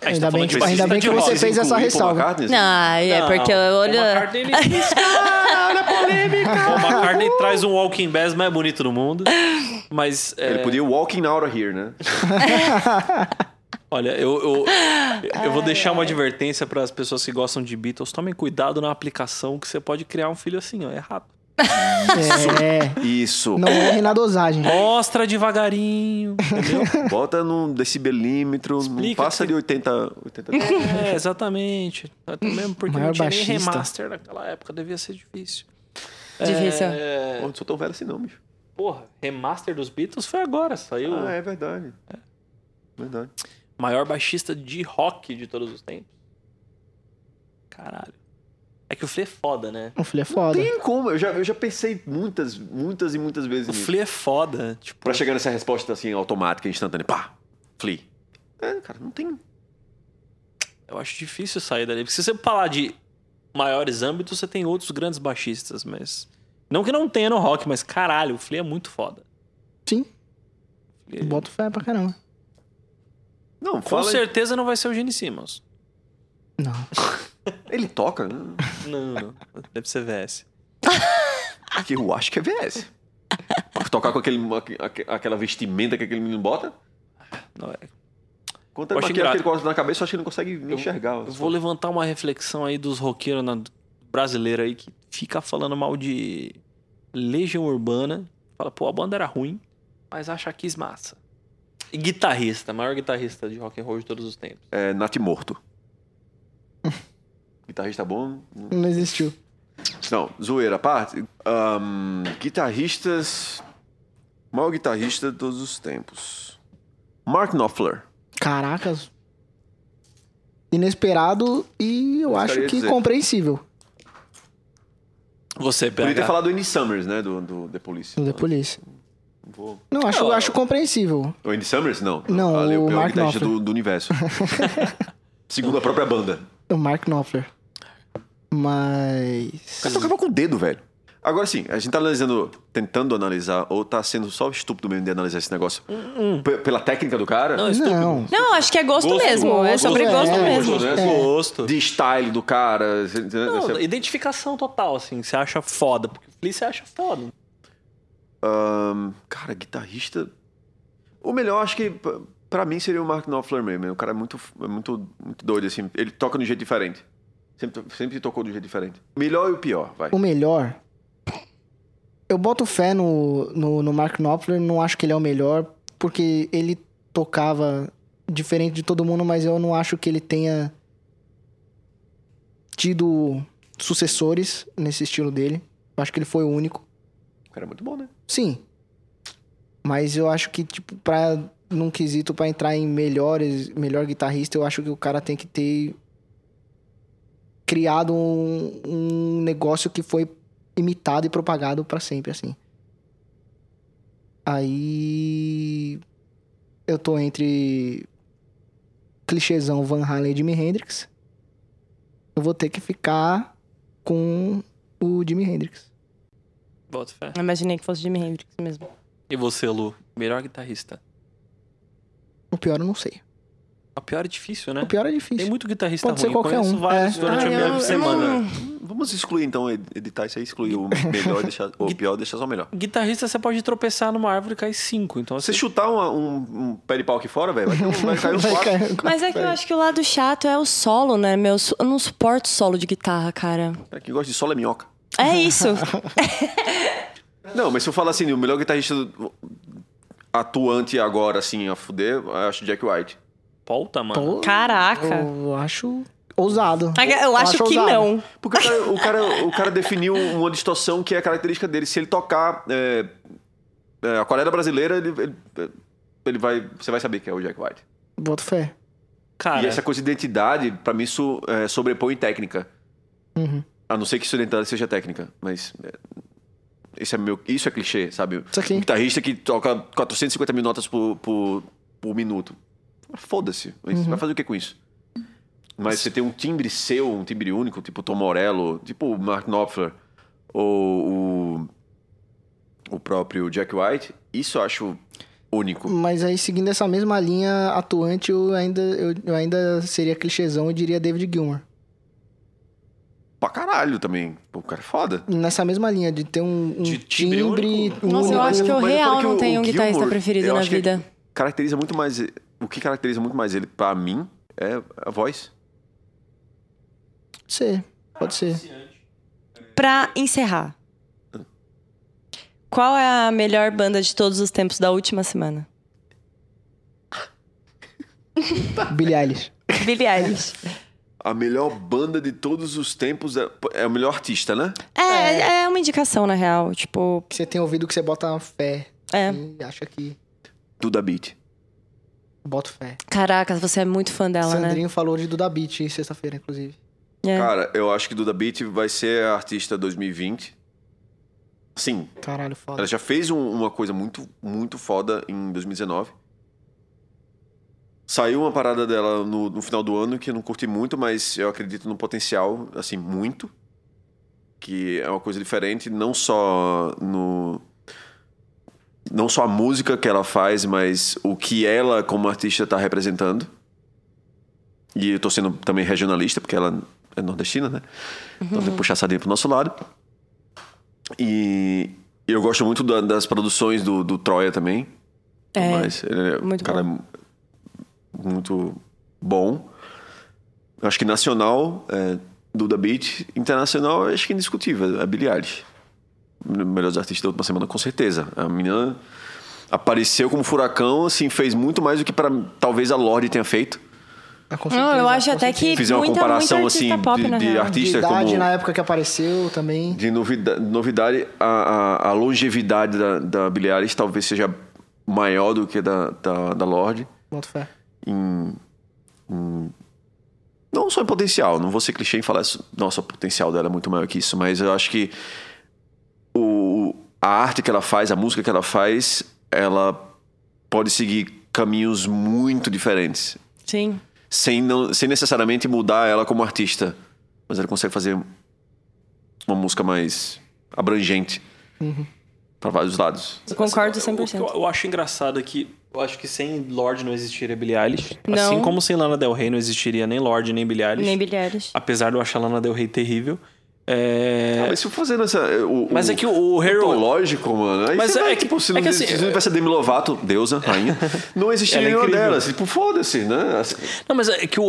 [SPEAKER 5] A gente tá
[SPEAKER 3] Ainda bem
[SPEAKER 5] falando
[SPEAKER 3] que-
[SPEAKER 5] de
[SPEAKER 3] Tipo,
[SPEAKER 5] baixista
[SPEAKER 3] ainda bem
[SPEAKER 5] de
[SPEAKER 3] que
[SPEAKER 5] rock.
[SPEAKER 3] você fez essa
[SPEAKER 4] Incluir Paul
[SPEAKER 3] ressalva.
[SPEAKER 4] McCartney, assim,
[SPEAKER 1] Ah, é
[SPEAKER 5] Não,
[SPEAKER 1] porque eu olho...
[SPEAKER 5] O McCartney, ele... o McCartney traz um Walking Bass mais bonito do mundo. Mas é,
[SPEAKER 4] Ele podia walking out of here, né?
[SPEAKER 5] o Olha, eu, eu, eu vou deixar uma advertência para as pessoas que gostam de Beatles. Tomem cuidado na aplicação que você pode criar um filho assim, ó, errado.
[SPEAKER 3] É.
[SPEAKER 4] Isso.
[SPEAKER 3] Não erre na dosagem.
[SPEAKER 5] Mostra devagarinho, entendeu?
[SPEAKER 4] Bota num decibelímetro, não
[SPEAKER 5] Explica
[SPEAKER 4] passa de 80. 80.
[SPEAKER 5] É, exatamente. Até mesmo porque
[SPEAKER 3] Maior
[SPEAKER 5] não tinha nem
[SPEAKER 3] baixista.
[SPEAKER 5] remaster naquela época, devia ser difícil.
[SPEAKER 1] Difícil.
[SPEAKER 5] É,
[SPEAKER 4] Pô, não sou tão velho assim, não, bicho.
[SPEAKER 5] porra, remaster dos Beatles foi agora, saiu
[SPEAKER 4] Ah, é verdade. Verdade.
[SPEAKER 5] o maior baixista de rock de todos os tempos. Caralho. É que o Flea é foda, né?
[SPEAKER 3] O filho é foda.
[SPEAKER 4] Tem como, eu já, eu já pensei muitas, muitas e muitas vezes
[SPEAKER 5] O
[SPEAKER 4] nisso.
[SPEAKER 5] Flea é foda, tipo,
[SPEAKER 4] Pra chegar nessa resposta assim, automática, instantânea. Pá! Flea. É, cara, não tem.
[SPEAKER 5] eu acho difícil sair dali, porque se você falar de maiores âmbitos, você tem outros grandes baixistas, mas não que não tenha no rock, mas caralho, o Flea é muito foda.
[SPEAKER 3] Sim,
[SPEAKER 5] Flea-
[SPEAKER 3] bota fé pra caramba.
[SPEAKER 4] Não,
[SPEAKER 5] Com
[SPEAKER 4] fala.
[SPEAKER 5] certeza não vai ser o Gene Simmons.
[SPEAKER 3] Não.
[SPEAKER 4] Ele toca, né?
[SPEAKER 5] Não, não, deve ser VS.
[SPEAKER 4] que eu acho que é VS. Pra tocar com aquele, aque- aquela vestimenta que aquele menino bota.
[SPEAKER 5] Não, é-
[SPEAKER 4] Quanto é
[SPEAKER 5] Eu acho
[SPEAKER 4] maquiagem que
[SPEAKER 5] engraçado.
[SPEAKER 4] ele coloca na cabeça, eu acho que ele não consegue nem enxergar. assim.
[SPEAKER 5] Eu vou levantar uma reflexão aí dos roqueiros na... brasileiros aí que fica falando mal de Legião Urbana. Fala, pô, a banda era ruim, mas acha que massa. E guitarrista, maior guitarrista de rock and roll de todos os tempos.
[SPEAKER 4] É, Nath Morto. Guitarrista bom.
[SPEAKER 3] Não existiu.
[SPEAKER 4] Não, zoeira à parte. Ahn, guitarristas. Maior guitarrista de todos os tempos. Mark Knopfler.
[SPEAKER 3] Caracas. Inesperado e eu
[SPEAKER 4] Isso que eu
[SPEAKER 3] acho
[SPEAKER 4] ia
[SPEAKER 3] que
[SPEAKER 4] dizer.
[SPEAKER 3] compreensível.
[SPEAKER 5] Você, PH.
[SPEAKER 4] Podia ter falado do Andy Summers, né? Do, do The Police.
[SPEAKER 3] Do The Police.
[SPEAKER 4] Não vou-
[SPEAKER 3] Não, acho,
[SPEAKER 5] Não,
[SPEAKER 3] acho compreensível.
[SPEAKER 4] O Andy Summers? Não.
[SPEAKER 3] Não,
[SPEAKER 4] Ah, ele é
[SPEAKER 3] o
[SPEAKER 4] o pior
[SPEAKER 3] Mark
[SPEAKER 4] guitarrista
[SPEAKER 3] Knopfler.
[SPEAKER 4] do, do universo. Segundo a própria banda.
[SPEAKER 3] O Mark Knopfler.
[SPEAKER 4] O
[SPEAKER 3] Mas.
[SPEAKER 4] cara tocava com o dedo, velho. Agora sim, a gente tá analisando, tentando analisar, ou tá sendo só estúpido mesmo de analisar esse negócio P- pela técnica do cara?
[SPEAKER 5] Hum, Não, estúpido.
[SPEAKER 3] Não.
[SPEAKER 1] Não, acho que é gosto,
[SPEAKER 5] Gosto,
[SPEAKER 1] mesmo. é
[SPEAKER 5] gosto,
[SPEAKER 1] sobre
[SPEAKER 3] é,
[SPEAKER 1] gosto
[SPEAKER 3] é,
[SPEAKER 1] mesmo.
[SPEAKER 4] gosto, né?
[SPEAKER 5] É. Gosto.
[SPEAKER 4] De style do cara. você entendeu?
[SPEAKER 5] Não,
[SPEAKER 4] Você-
[SPEAKER 5] identificação total, assim, você acha foda. Porque o Flea você acha foda.
[SPEAKER 4] Ahn, cara, guitarrista. O melhor, acho que pra- pra mim seria o Mark Knopfler mesmo. O cara é muito, é muito, muito doido, assim. Ele toca de um jeito diferente. Sempre, sempre tocou de um jeito diferente. Melhor e o pior, vai.
[SPEAKER 3] O melhor. Eu boto fé no, no, no Mark Knopfler, não acho que ele é o melhor, porque ele tocava diferente de todo mundo, mas eu não acho que ele tenha tido sucessores nesse estilo dele. Eu acho que ele foi o único.
[SPEAKER 4] O cara é muito bom, né?
[SPEAKER 3] Sim. Mas eu acho que, tipo, pra, num quesito pra entrar em melhores, melhor guitarrista, eu acho que o cara tem que ter criado um, um negócio que foi imitado e propagado pra sempre, assim. Aí eu tô entre clichêzão Van Halen e Jimi Hendrix. Eu vou ter que ficar com o Jimi Hendrix.
[SPEAKER 5] Bota fé.
[SPEAKER 1] Eu Imaginei que fosse Jimi Hendrix mesmo.
[SPEAKER 5] E você, Lu? Melhor guitarrista.
[SPEAKER 3] O pior eu não sei.
[SPEAKER 5] A pior é difícil, né?
[SPEAKER 3] O pior é difícil.
[SPEAKER 5] Tem muito guitarrista
[SPEAKER 3] Pode ser
[SPEAKER 5] ruim.
[SPEAKER 3] qualquer
[SPEAKER 5] Conheço
[SPEAKER 3] um.
[SPEAKER 5] vários
[SPEAKER 3] É.
[SPEAKER 5] durante
[SPEAKER 1] Ah,
[SPEAKER 5] a minha
[SPEAKER 1] eu- eu
[SPEAKER 5] semana.
[SPEAKER 1] não-
[SPEAKER 4] Vamos excluir, então, ed- editar isso aí, excluir o melhor, e deixar, o pior, e deixar só o melhor.
[SPEAKER 5] Guitarrista, você pode tropeçar numa árvore e cair cinco. Então,
[SPEAKER 4] Se você
[SPEAKER 5] assim,
[SPEAKER 4] chutar uma- um, um pé de pau aqui fora, velho, vai, ter um- vai cair uns
[SPEAKER 3] Vai
[SPEAKER 4] quatro.
[SPEAKER 3] cair.
[SPEAKER 1] Mas é que eu acho que o lado chato é o solo, né, meu? Eu não suporto solo de guitarra, cara.
[SPEAKER 4] Cara, quem gosta de solo é minhoca.
[SPEAKER 1] É isso.
[SPEAKER 4] Não, mas se eu falar assim, o melhor guitarrista do- atuante agora, assim, a fuder, eu acho Jack White.
[SPEAKER 5] pauta, mano.
[SPEAKER 3] Pô,
[SPEAKER 1] Caraca.
[SPEAKER 3] Eu acho ousado.
[SPEAKER 1] Eu acho que
[SPEAKER 3] ousado.
[SPEAKER 1] não.
[SPEAKER 4] Porque o cara, o cara- o cara definiu uma distorção que é a característica dele. Se ele tocar é, é, aquarela brasileira, ele, ele- ele vai, você vai saber que é o Jack White.
[SPEAKER 3] Boto fé.
[SPEAKER 5] Cara,
[SPEAKER 4] E essa coisa de identidade, pra mim, isso é, sobrepõe técnica.
[SPEAKER 3] Uhum.
[SPEAKER 4] A não ser que isso identidade seja técnica, mas... é, isso é, meu, isso é clichê, sabe?
[SPEAKER 3] Isso aqui.
[SPEAKER 4] Um guitarrista que toca 450 mil notas por, por, por minuto. Foda-se. Mas
[SPEAKER 1] Uhum.
[SPEAKER 4] Vai fazer o que com isso? Mas você tem um timbre seu, um timbre único, tipo Tom Morello, tipo o Mark Knopfler, ou o, o próprio Jack White, isso eu acho único.
[SPEAKER 3] Mas aí, seguindo essa mesma linha atuante, eu ainda, eu, eu ainda seria clichêzão e diria David Gilmour.
[SPEAKER 4] Pra caralho também. Pô, O cara é foda.
[SPEAKER 3] Nessa mesma linha, de ter um, um
[SPEAKER 5] De timbre
[SPEAKER 3] timbre... um
[SPEAKER 5] único?
[SPEAKER 1] Nossa, eu
[SPEAKER 3] único.
[SPEAKER 1] acho que eu
[SPEAKER 4] Mas
[SPEAKER 1] real
[SPEAKER 4] fora que
[SPEAKER 1] não
[SPEAKER 4] o-
[SPEAKER 1] tenho
[SPEAKER 4] o
[SPEAKER 1] um guitarrista
[SPEAKER 4] Gilmour,
[SPEAKER 1] preferido
[SPEAKER 4] eu
[SPEAKER 1] na
[SPEAKER 4] acho que
[SPEAKER 1] vida.
[SPEAKER 4] Caracteriza muito mais o o que caracteriza muito mais ele, pra mim, é a voz.
[SPEAKER 3] Pode ser, pode ser.
[SPEAKER 1] Pra encerrar. Qual é a melhor banda de todos os tempos da última semana?
[SPEAKER 3] Billie Eilish.
[SPEAKER 1] Billie Eilish.
[SPEAKER 4] A melhor banda de todos os tempos é, é o melhor artista, né?
[SPEAKER 1] É, é uma indicação, na real. Tipo,
[SPEAKER 3] Que você tem ouvido que você bota fé.
[SPEAKER 1] é.
[SPEAKER 3] E acha que...
[SPEAKER 4] Duda Beat.
[SPEAKER 3] Boto fé.
[SPEAKER 1] Caraca, você é muito fã dela,
[SPEAKER 3] Sandrinho falou de Duda Beat sexta-feira, inclusive.
[SPEAKER 1] né? É.
[SPEAKER 4] Cara, eu acho que Duda Beat vai ser a artista 2020. Sim,
[SPEAKER 3] Caralho, foda.
[SPEAKER 4] ela já fez um- uma coisa muito, muito foda em 2019. Saiu uma parada dela no, no final do ano que eu não curti muito, mas eu acredito no potencial, assim, muito. Que é uma coisa diferente, não só no. Não só a música que ela faz, mas o que ela, como artista, tá representando. E eu tô sendo também regionalista, porque ela é nordestina, né? Então tem que puxar a sardinha pro nosso lado. E eu gosto muito da- das produções do, do Troia também.
[SPEAKER 1] É,
[SPEAKER 4] Mas ele é um
[SPEAKER 1] muito
[SPEAKER 4] cara muito bom. Eu Acho que nacional, é, Duda Beat. Internacional, eu acho que é indiscutível. É Billie Eilish. Um dos Melhores artistas da última semana, com certeza. A menina apareceu como furacão, assim, fez muito mais do que para talvez a Lorde tenha feito.
[SPEAKER 3] Ah, com
[SPEAKER 1] Não,
[SPEAKER 3] certeza,
[SPEAKER 1] eu acho
[SPEAKER 3] com
[SPEAKER 1] até
[SPEAKER 3] certeza.
[SPEAKER 1] que
[SPEAKER 4] Fizer uma
[SPEAKER 1] muita,
[SPEAKER 4] comparação,
[SPEAKER 1] muita artista
[SPEAKER 4] assim,
[SPEAKER 1] pop,
[SPEAKER 4] de-
[SPEAKER 1] na
[SPEAKER 4] de
[SPEAKER 1] real.
[SPEAKER 4] arti-
[SPEAKER 3] De
[SPEAKER 4] artista
[SPEAKER 3] idade,
[SPEAKER 4] como-
[SPEAKER 3] na época que apareceu também.
[SPEAKER 4] De novida- novidade, a, a- a longevidade da, da Billie Eilish talvez seja maior do que da, da, da Lorde.
[SPEAKER 3] Boto fé.
[SPEAKER 4] Não só em potencial, não vou ser clichê em falar isso. Nossa, o potencial dela é muito maior que isso, mas eu acho que o, a arte que ela faz, a música que ela faz, ela pode seguir caminhos muito diferentes.
[SPEAKER 1] Sim.
[SPEAKER 4] Sem, não, sem necessariamente mudar ela como artista. Mas ela consegue fazer uma música mais abrangente
[SPEAKER 5] Uhum.
[SPEAKER 4] para vários lados.
[SPEAKER 1] Eu concordo
[SPEAKER 5] assim, O que
[SPEAKER 1] 100%.
[SPEAKER 5] eu, eu acho engraçado é que eu acho que sem Lorde não existiria Billie Eilish.
[SPEAKER 1] Não.
[SPEAKER 5] Assim como sem Lana Del Rey não existiria nem Lorde nem Billie Eilish.
[SPEAKER 1] Nem Billie Eilish.
[SPEAKER 5] Apesar de eu achar Lana Del Rey terrível. É...
[SPEAKER 4] Ah, mas se eu fazer essa. O,
[SPEAKER 5] Mas
[SPEAKER 4] o-
[SPEAKER 5] é que o- o Harold-
[SPEAKER 4] tão lógico, mano. Aí
[SPEAKER 5] Mas
[SPEAKER 4] você
[SPEAKER 5] é
[SPEAKER 4] vai,
[SPEAKER 5] que-
[SPEAKER 4] tipo, se
[SPEAKER 5] é
[SPEAKER 4] não,
[SPEAKER 5] que
[SPEAKER 4] existe-
[SPEAKER 5] assim,
[SPEAKER 4] se não tivesse a Demi Lovato, deusa, rainha, não existiria
[SPEAKER 5] Ela é
[SPEAKER 4] nenhuma
[SPEAKER 5] incrível.
[SPEAKER 4] delas. Tipo, foda-se, né? Assim,
[SPEAKER 5] Não, mas é que o,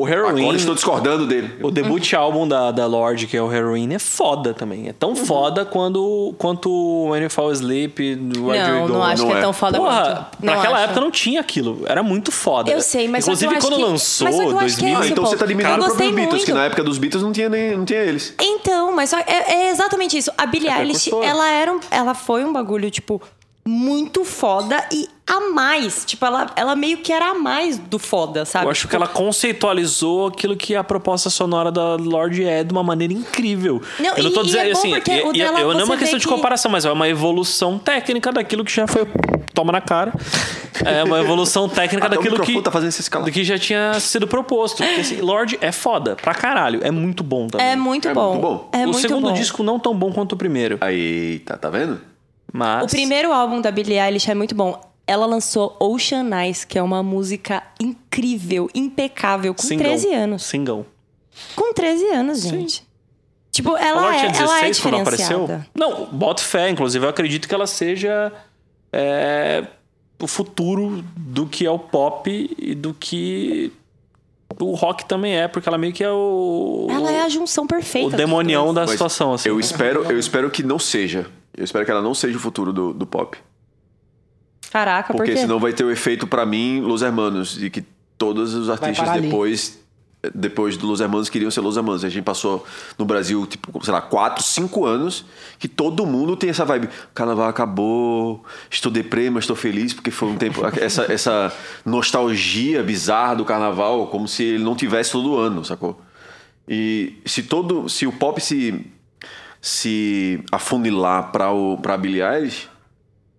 [SPEAKER 5] o Heroin.
[SPEAKER 4] Agora estou discordando dele.
[SPEAKER 5] O debut álbum da, da Lorde, que é o Heroin, é foda também. É
[SPEAKER 1] Uhum.
[SPEAKER 5] tão foda quando, quanto o When You Fall Asleep, do Where
[SPEAKER 1] Não,
[SPEAKER 5] You Go.
[SPEAKER 1] não acho
[SPEAKER 4] não
[SPEAKER 1] que é,
[SPEAKER 4] é.
[SPEAKER 1] tão foda
[SPEAKER 5] Porra,
[SPEAKER 1] quanto.
[SPEAKER 5] pra
[SPEAKER 1] Não
[SPEAKER 5] aquela
[SPEAKER 1] acho.
[SPEAKER 5] época não tinha aquilo. Era muito foda.
[SPEAKER 1] Eu sei, mas só que
[SPEAKER 5] Inclusive,
[SPEAKER 1] eu acho
[SPEAKER 5] quando
[SPEAKER 1] que-
[SPEAKER 5] lançou,
[SPEAKER 1] mas só que eu acho que é
[SPEAKER 5] 2000,
[SPEAKER 4] Ah,
[SPEAKER 1] esse
[SPEAKER 4] então
[SPEAKER 1] Paulo.
[SPEAKER 4] você tá eliminando
[SPEAKER 1] Cara,
[SPEAKER 4] o
[SPEAKER 1] eu
[SPEAKER 4] próprio
[SPEAKER 1] gostei
[SPEAKER 4] Beatles, que
[SPEAKER 1] muito.
[SPEAKER 4] na época dos Beatles não tinha, nem, não tinha eles.
[SPEAKER 1] Então, mas só, é, é exatamente isso. A
[SPEAKER 5] É,
[SPEAKER 1] Billie Eilish,
[SPEAKER 5] precursora.
[SPEAKER 1] ela era um, ela foi um bagulho tipo muito foda e a mais, tipo ela, ela meio que era a mais do foda, sabe?
[SPEAKER 5] Eu acho que ela conceitualizou aquilo que é a proposta sonora da Lorde é de uma maneira incrível.
[SPEAKER 1] Não,
[SPEAKER 5] eu não tô
[SPEAKER 1] e- e
[SPEAKER 5] dizendo
[SPEAKER 1] é bom
[SPEAKER 5] assim,
[SPEAKER 1] porque
[SPEAKER 5] e-
[SPEAKER 1] o
[SPEAKER 5] e-
[SPEAKER 1] dela
[SPEAKER 5] eu não é
[SPEAKER 1] você
[SPEAKER 5] uma
[SPEAKER 1] vê
[SPEAKER 5] questão de
[SPEAKER 1] que-
[SPEAKER 5] comparação, mas é uma evolução técnica daquilo que já foi toma na cara. É uma evolução técnica
[SPEAKER 4] Até o
[SPEAKER 5] daquilo que
[SPEAKER 4] microfone tá fazendo você se calar.
[SPEAKER 5] do que já tinha sido proposto. Porque assim, Lorde é foda pra caralho, é muito bom também.
[SPEAKER 1] é muito
[SPEAKER 4] É
[SPEAKER 1] bom.
[SPEAKER 4] muito bom.
[SPEAKER 1] É
[SPEAKER 5] o
[SPEAKER 1] muito
[SPEAKER 5] segundo
[SPEAKER 1] bom.
[SPEAKER 5] disco não tão bom quanto o primeiro,
[SPEAKER 4] Aí, tá, tá vendo?
[SPEAKER 5] mas
[SPEAKER 1] O primeiro álbum da Billie Eilish é muito bom. Ela lançou Ocean Eyes, que é uma música incrível, impecável, com
[SPEAKER 5] Singão.
[SPEAKER 1] 13 anos.
[SPEAKER 5] Singão.
[SPEAKER 1] Com 13 anos, gente. Tipo,
[SPEAKER 5] A
[SPEAKER 1] ela
[SPEAKER 5] Lorde
[SPEAKER 1] é,
[SPEAKER 5] tinha
[SPEAKER 1] ela é
[SPEAKER 5] 16 quando apareceu?
[SPEAKER 1] diferenciada.
[SPEAKER 5] Não, boto fé. Inclusive, eu acredito que ela seja é, o futuro do que é o pop e do que o rock também é, porque ela meio que é o,
[SPEAKER 1] Ela é a junção perfeita.
[SPEAKER 5] o
[SPEAKER 1] dos
[SPEAKER 5] demonião da
[SPEAKER 4] Mas
[SPEAKER 5] situação. Assim.
[SPEAKER 4] Eu espero, eu espero que não seja. Eu espero que ela não seja o futuro do, do pop.
[SPEAKER 1] dois.
[SPEAKER 3] É,
[SPEAKER 1] Caraca, por
[SPEAKER 4] Porque
[SPEAKER 1] quê?
[SPEAKER 4] senão vai ter o efeito pra mim, Los Hermanos, de que todos os artistas
[SPEAKER 3] parar ali.
[SPEAKER 4] depois depois do Los Hermanos queriam ser Los Hermanos. A gente passou no Brasil, tipo, sei lá, 4, 5 anos que todo mundo tem essa vibe. Carnaval acabou, estou deprê, mas estou feliz porque foi um tempo essa essa nostalgia bizarra do carnaval, como se ele não tivesse todo ano, sacou? E se todo, se o pop se se afunilar para o para Billie Eilish,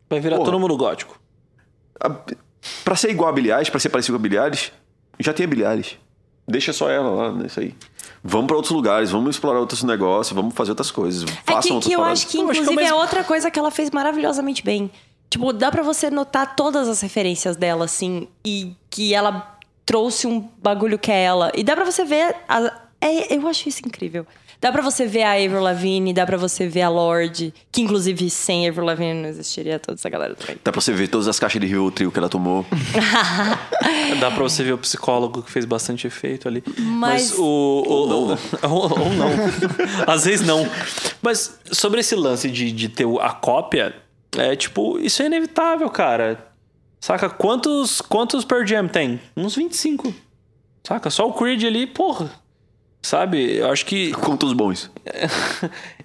[SPEAKER 5] Vai virar
[SPEAKER 4] Porra.
[SPEAKER 5] todo mundo gótico.
[SPEAKER 4] a- Pra ser igual a Bilhares, pra ser parecido com a Bilhares, já tem a Bilhares. Deixa só ela lá, né? Isso aí. Vamos pra outros lugares, vamos explorar outros negócios, vamos fazer outras coisas.
[SPEAKER 1] É
[SPEAKER 4] façam
[SPEAKER 1] que,
[SPEAKER 4] outras
[SPEAKER 1] que eu
[SPEAKER 4] paradas.
[SPEAKER 1] acho que,
[SPEAKER 5] Não, acho que é o
[SPEAKER 1] inclusive, é
[SPEAKER 5] mesmo-
[SPEAKER 1] outra coisa que ela fez maravilhosamente bem. Tipo, dá pra você notar todas as referências dela, assim, e que ela trouxe um bagulho que é ela. E dá pra você ver a- É, eu acho isso incrível. Dá pra você ver a Avril Lavigne, dá pra você ver a Lorde, que inclusive sem Avril Lavigne não existiria toda essa galera também.
[SPEAKER 4] Dá pra você ver todas as caixas de Rio Trio que ela tomou.
[SPEAKER 5] Dá pra você ver o psicólogo que fez bastante efeito ali.
[SPEAKER 1] Mas-
[SPEAKER 5] Mas, o. Ou não. ou, ou não. Às vezes não. Mas sobre esse lance de, de ter o- a cópia, é tipo, isso é inevitável, cara. Saca? Quantos, quantos Pearl Jam tem? Uns 25. Saca? Só o Creed ali, porra. Sabe? Eu acho que
[SPEAKER 4] Conta os bons.
[SPEAKER 5] é-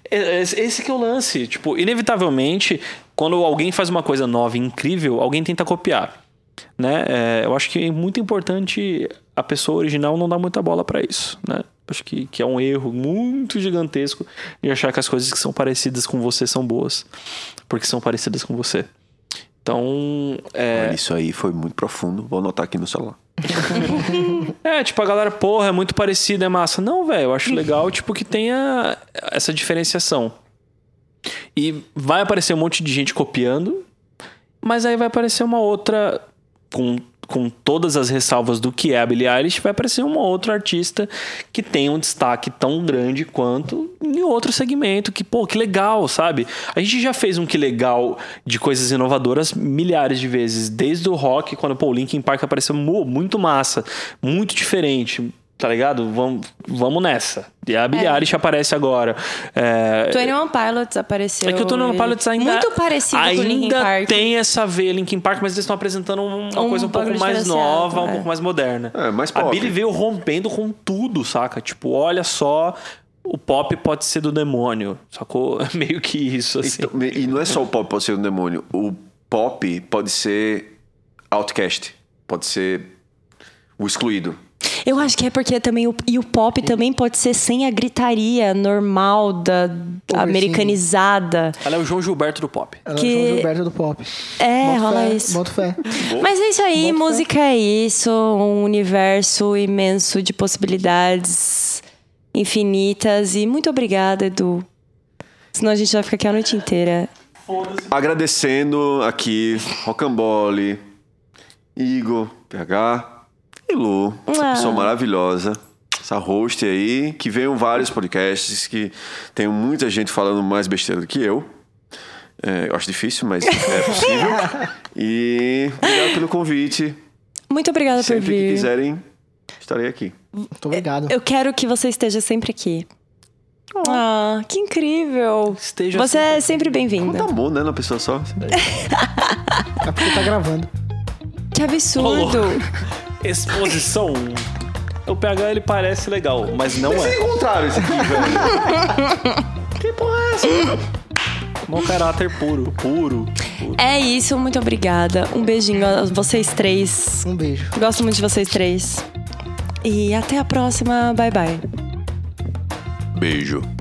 [SPEAKER 5] é- Esse que é o lance. Tipo, inevitavelmente, quando alguém faz uma coisa nova e incrível, alguém tenta copiar. Né? É, eu acho que é muito importante a pessoa original não dar muita bola pra isso, né? Acho que, que é um erro muito gigantesco de achar que as coisas que são parecidas com você são boas. Porque são parecidas com você. Então, é,
[SPEAKER 4] Olha, isso aí foi muito profundo. Vou anotar aqui no celular.
[SPEAKER 5] É, tipo, a galera, porra, é muito parecida, é massa. Não, velho, eu acho legal, tipo, que tenha essa diferenciação. E vai aparecer um monte de gente copiando, mas aí vai aparecer uma outra, com, com todas as ressalvas do que é a Billie Eilish, vai aparecer uma outra artista que tem um destaque tão grande quanto em outro segmento, que, pô, que legal, sabe? A gente já fez um que legal de coisas inovadoras milhares de vezes, desde o rock, quando, pô, o Linkin Park apareceu mu- muito massa, muito diferente, tá ligado? Vamos, vamos nessa. E a Billie
[SPEAKER 1] É.
[SPEAKER 5] Eilish aparece agora. É,
[SPEAKER 1] Twenty One Pilots apareceu.
[SPEAKER 5] é que o Tony
[SPEAKER 1] e-
[SPEAKER 5] Pilots ainda.
[SPEAKER 1] Muito parecido
[SPEAKER 5] ainda
[SPEAKER 1] com o Linkin Park.
[SPEAKER 5] tem essa veia Linkin Park, mas eles estão apresentando uma
[SPEAKER 1] Um
[SPEAKER 5] coisa um pouco
[SPEAKER 1] bagulho
[SPEAKER 5] mais
[SPEAKER 1] diferenciado,
[SPEAKER 5] nova, um
[SPEAKER 1] é.
[SPEAKER 5] pouco mais moderna.
[SPEAKER 4] É, mais
[SPEAKER 5] A
[SPEAKER 4] pop.
[SPEAKER 5] Billy veio rompendo com tudo, saca? Tipo, olha só, o pop pode ser do demônio, sacou? É meio que isso, assim.
[SPEAKER 4] Então, e e não é só o pop pode ser um demônio. O pop pode ser outcast. Pode ser o excluído.
[SPEAKER 1] Eu acho que é porque também o, e o pop também pode ser sem a gritaria normal da americanizada.
[SPEAKER 5] Ela é o João Gilberto do pop.
[SPEAKER 3] Ela
[SPEAKER 1] Que-
[SPEAKER 3] é o João Gilberto do pop.
[SPEAKER 1] É,
[SPEAKER 3] Boto
[SPEAKER 1] rola
[SPEAKER 3] fé,
[SPEAKER 1] isso.
[SPEAKER 3] Boto fé.
[SPEAKER 1] Mas é isso aí,
[SPEAKER 3] Boto fé.
[SPEAKER 1] música é isso, um universo imenso de possibilidades infinitas e muito obrigada, Edu. Senão a gente vai ficar aqui a noite inteira.
[SPEAKER 4] Agradecendo aqui Rocambole, Igor, PH e Lu. Essa
[SPEAKER 1] Ah.
[SPEAKER 4] pessoa maravilhosa. Essa host aí, que veio vários podcasts, que tem muita gente falando mais besteira do que eu. É, eu acho difícil, mas é possível. E obrigado pelo convite.
[SPEAKER 1] Muito obrigada por
[SPEAKER 4] Sempre que
[SPEAKER 1] vir.
[SPEAKER 4] quiserem, estarei aqui.
[SPEAKER 3] Muito obrigado.
[SPEAKER 1] Eu quero que você esteja sempre aqui.
[SPEAKER 4] Oh.
[SPEAKER 1] Ah, que incrível.
[SPEAKER 5] Esteja
[SPEAKER 1] você é sempre bem-vinda.
[SPEAKER 4] Tá bom, né? Uma pessoa só.
[SPEAKER 3] É porque tá gravando.
[SPEAKER 1] Que absurdo.
[SPEAKER 5] Exposição. O PH ele parece legal, mas não é.
[SPEAKER 4] Encontraram esse aqui, velho.
[SPEAKER 5] Mau caráter puro. Puro.
[SPEAKER 1] É isso, muito obrigada. Um beijinho a vocês três.
[SPEAKER 3] Um beijo.
[SPEAKER 1] Gosto muito de vocês três. E até a próxima. Bye bye.
[SPEAKER 4] Beijo.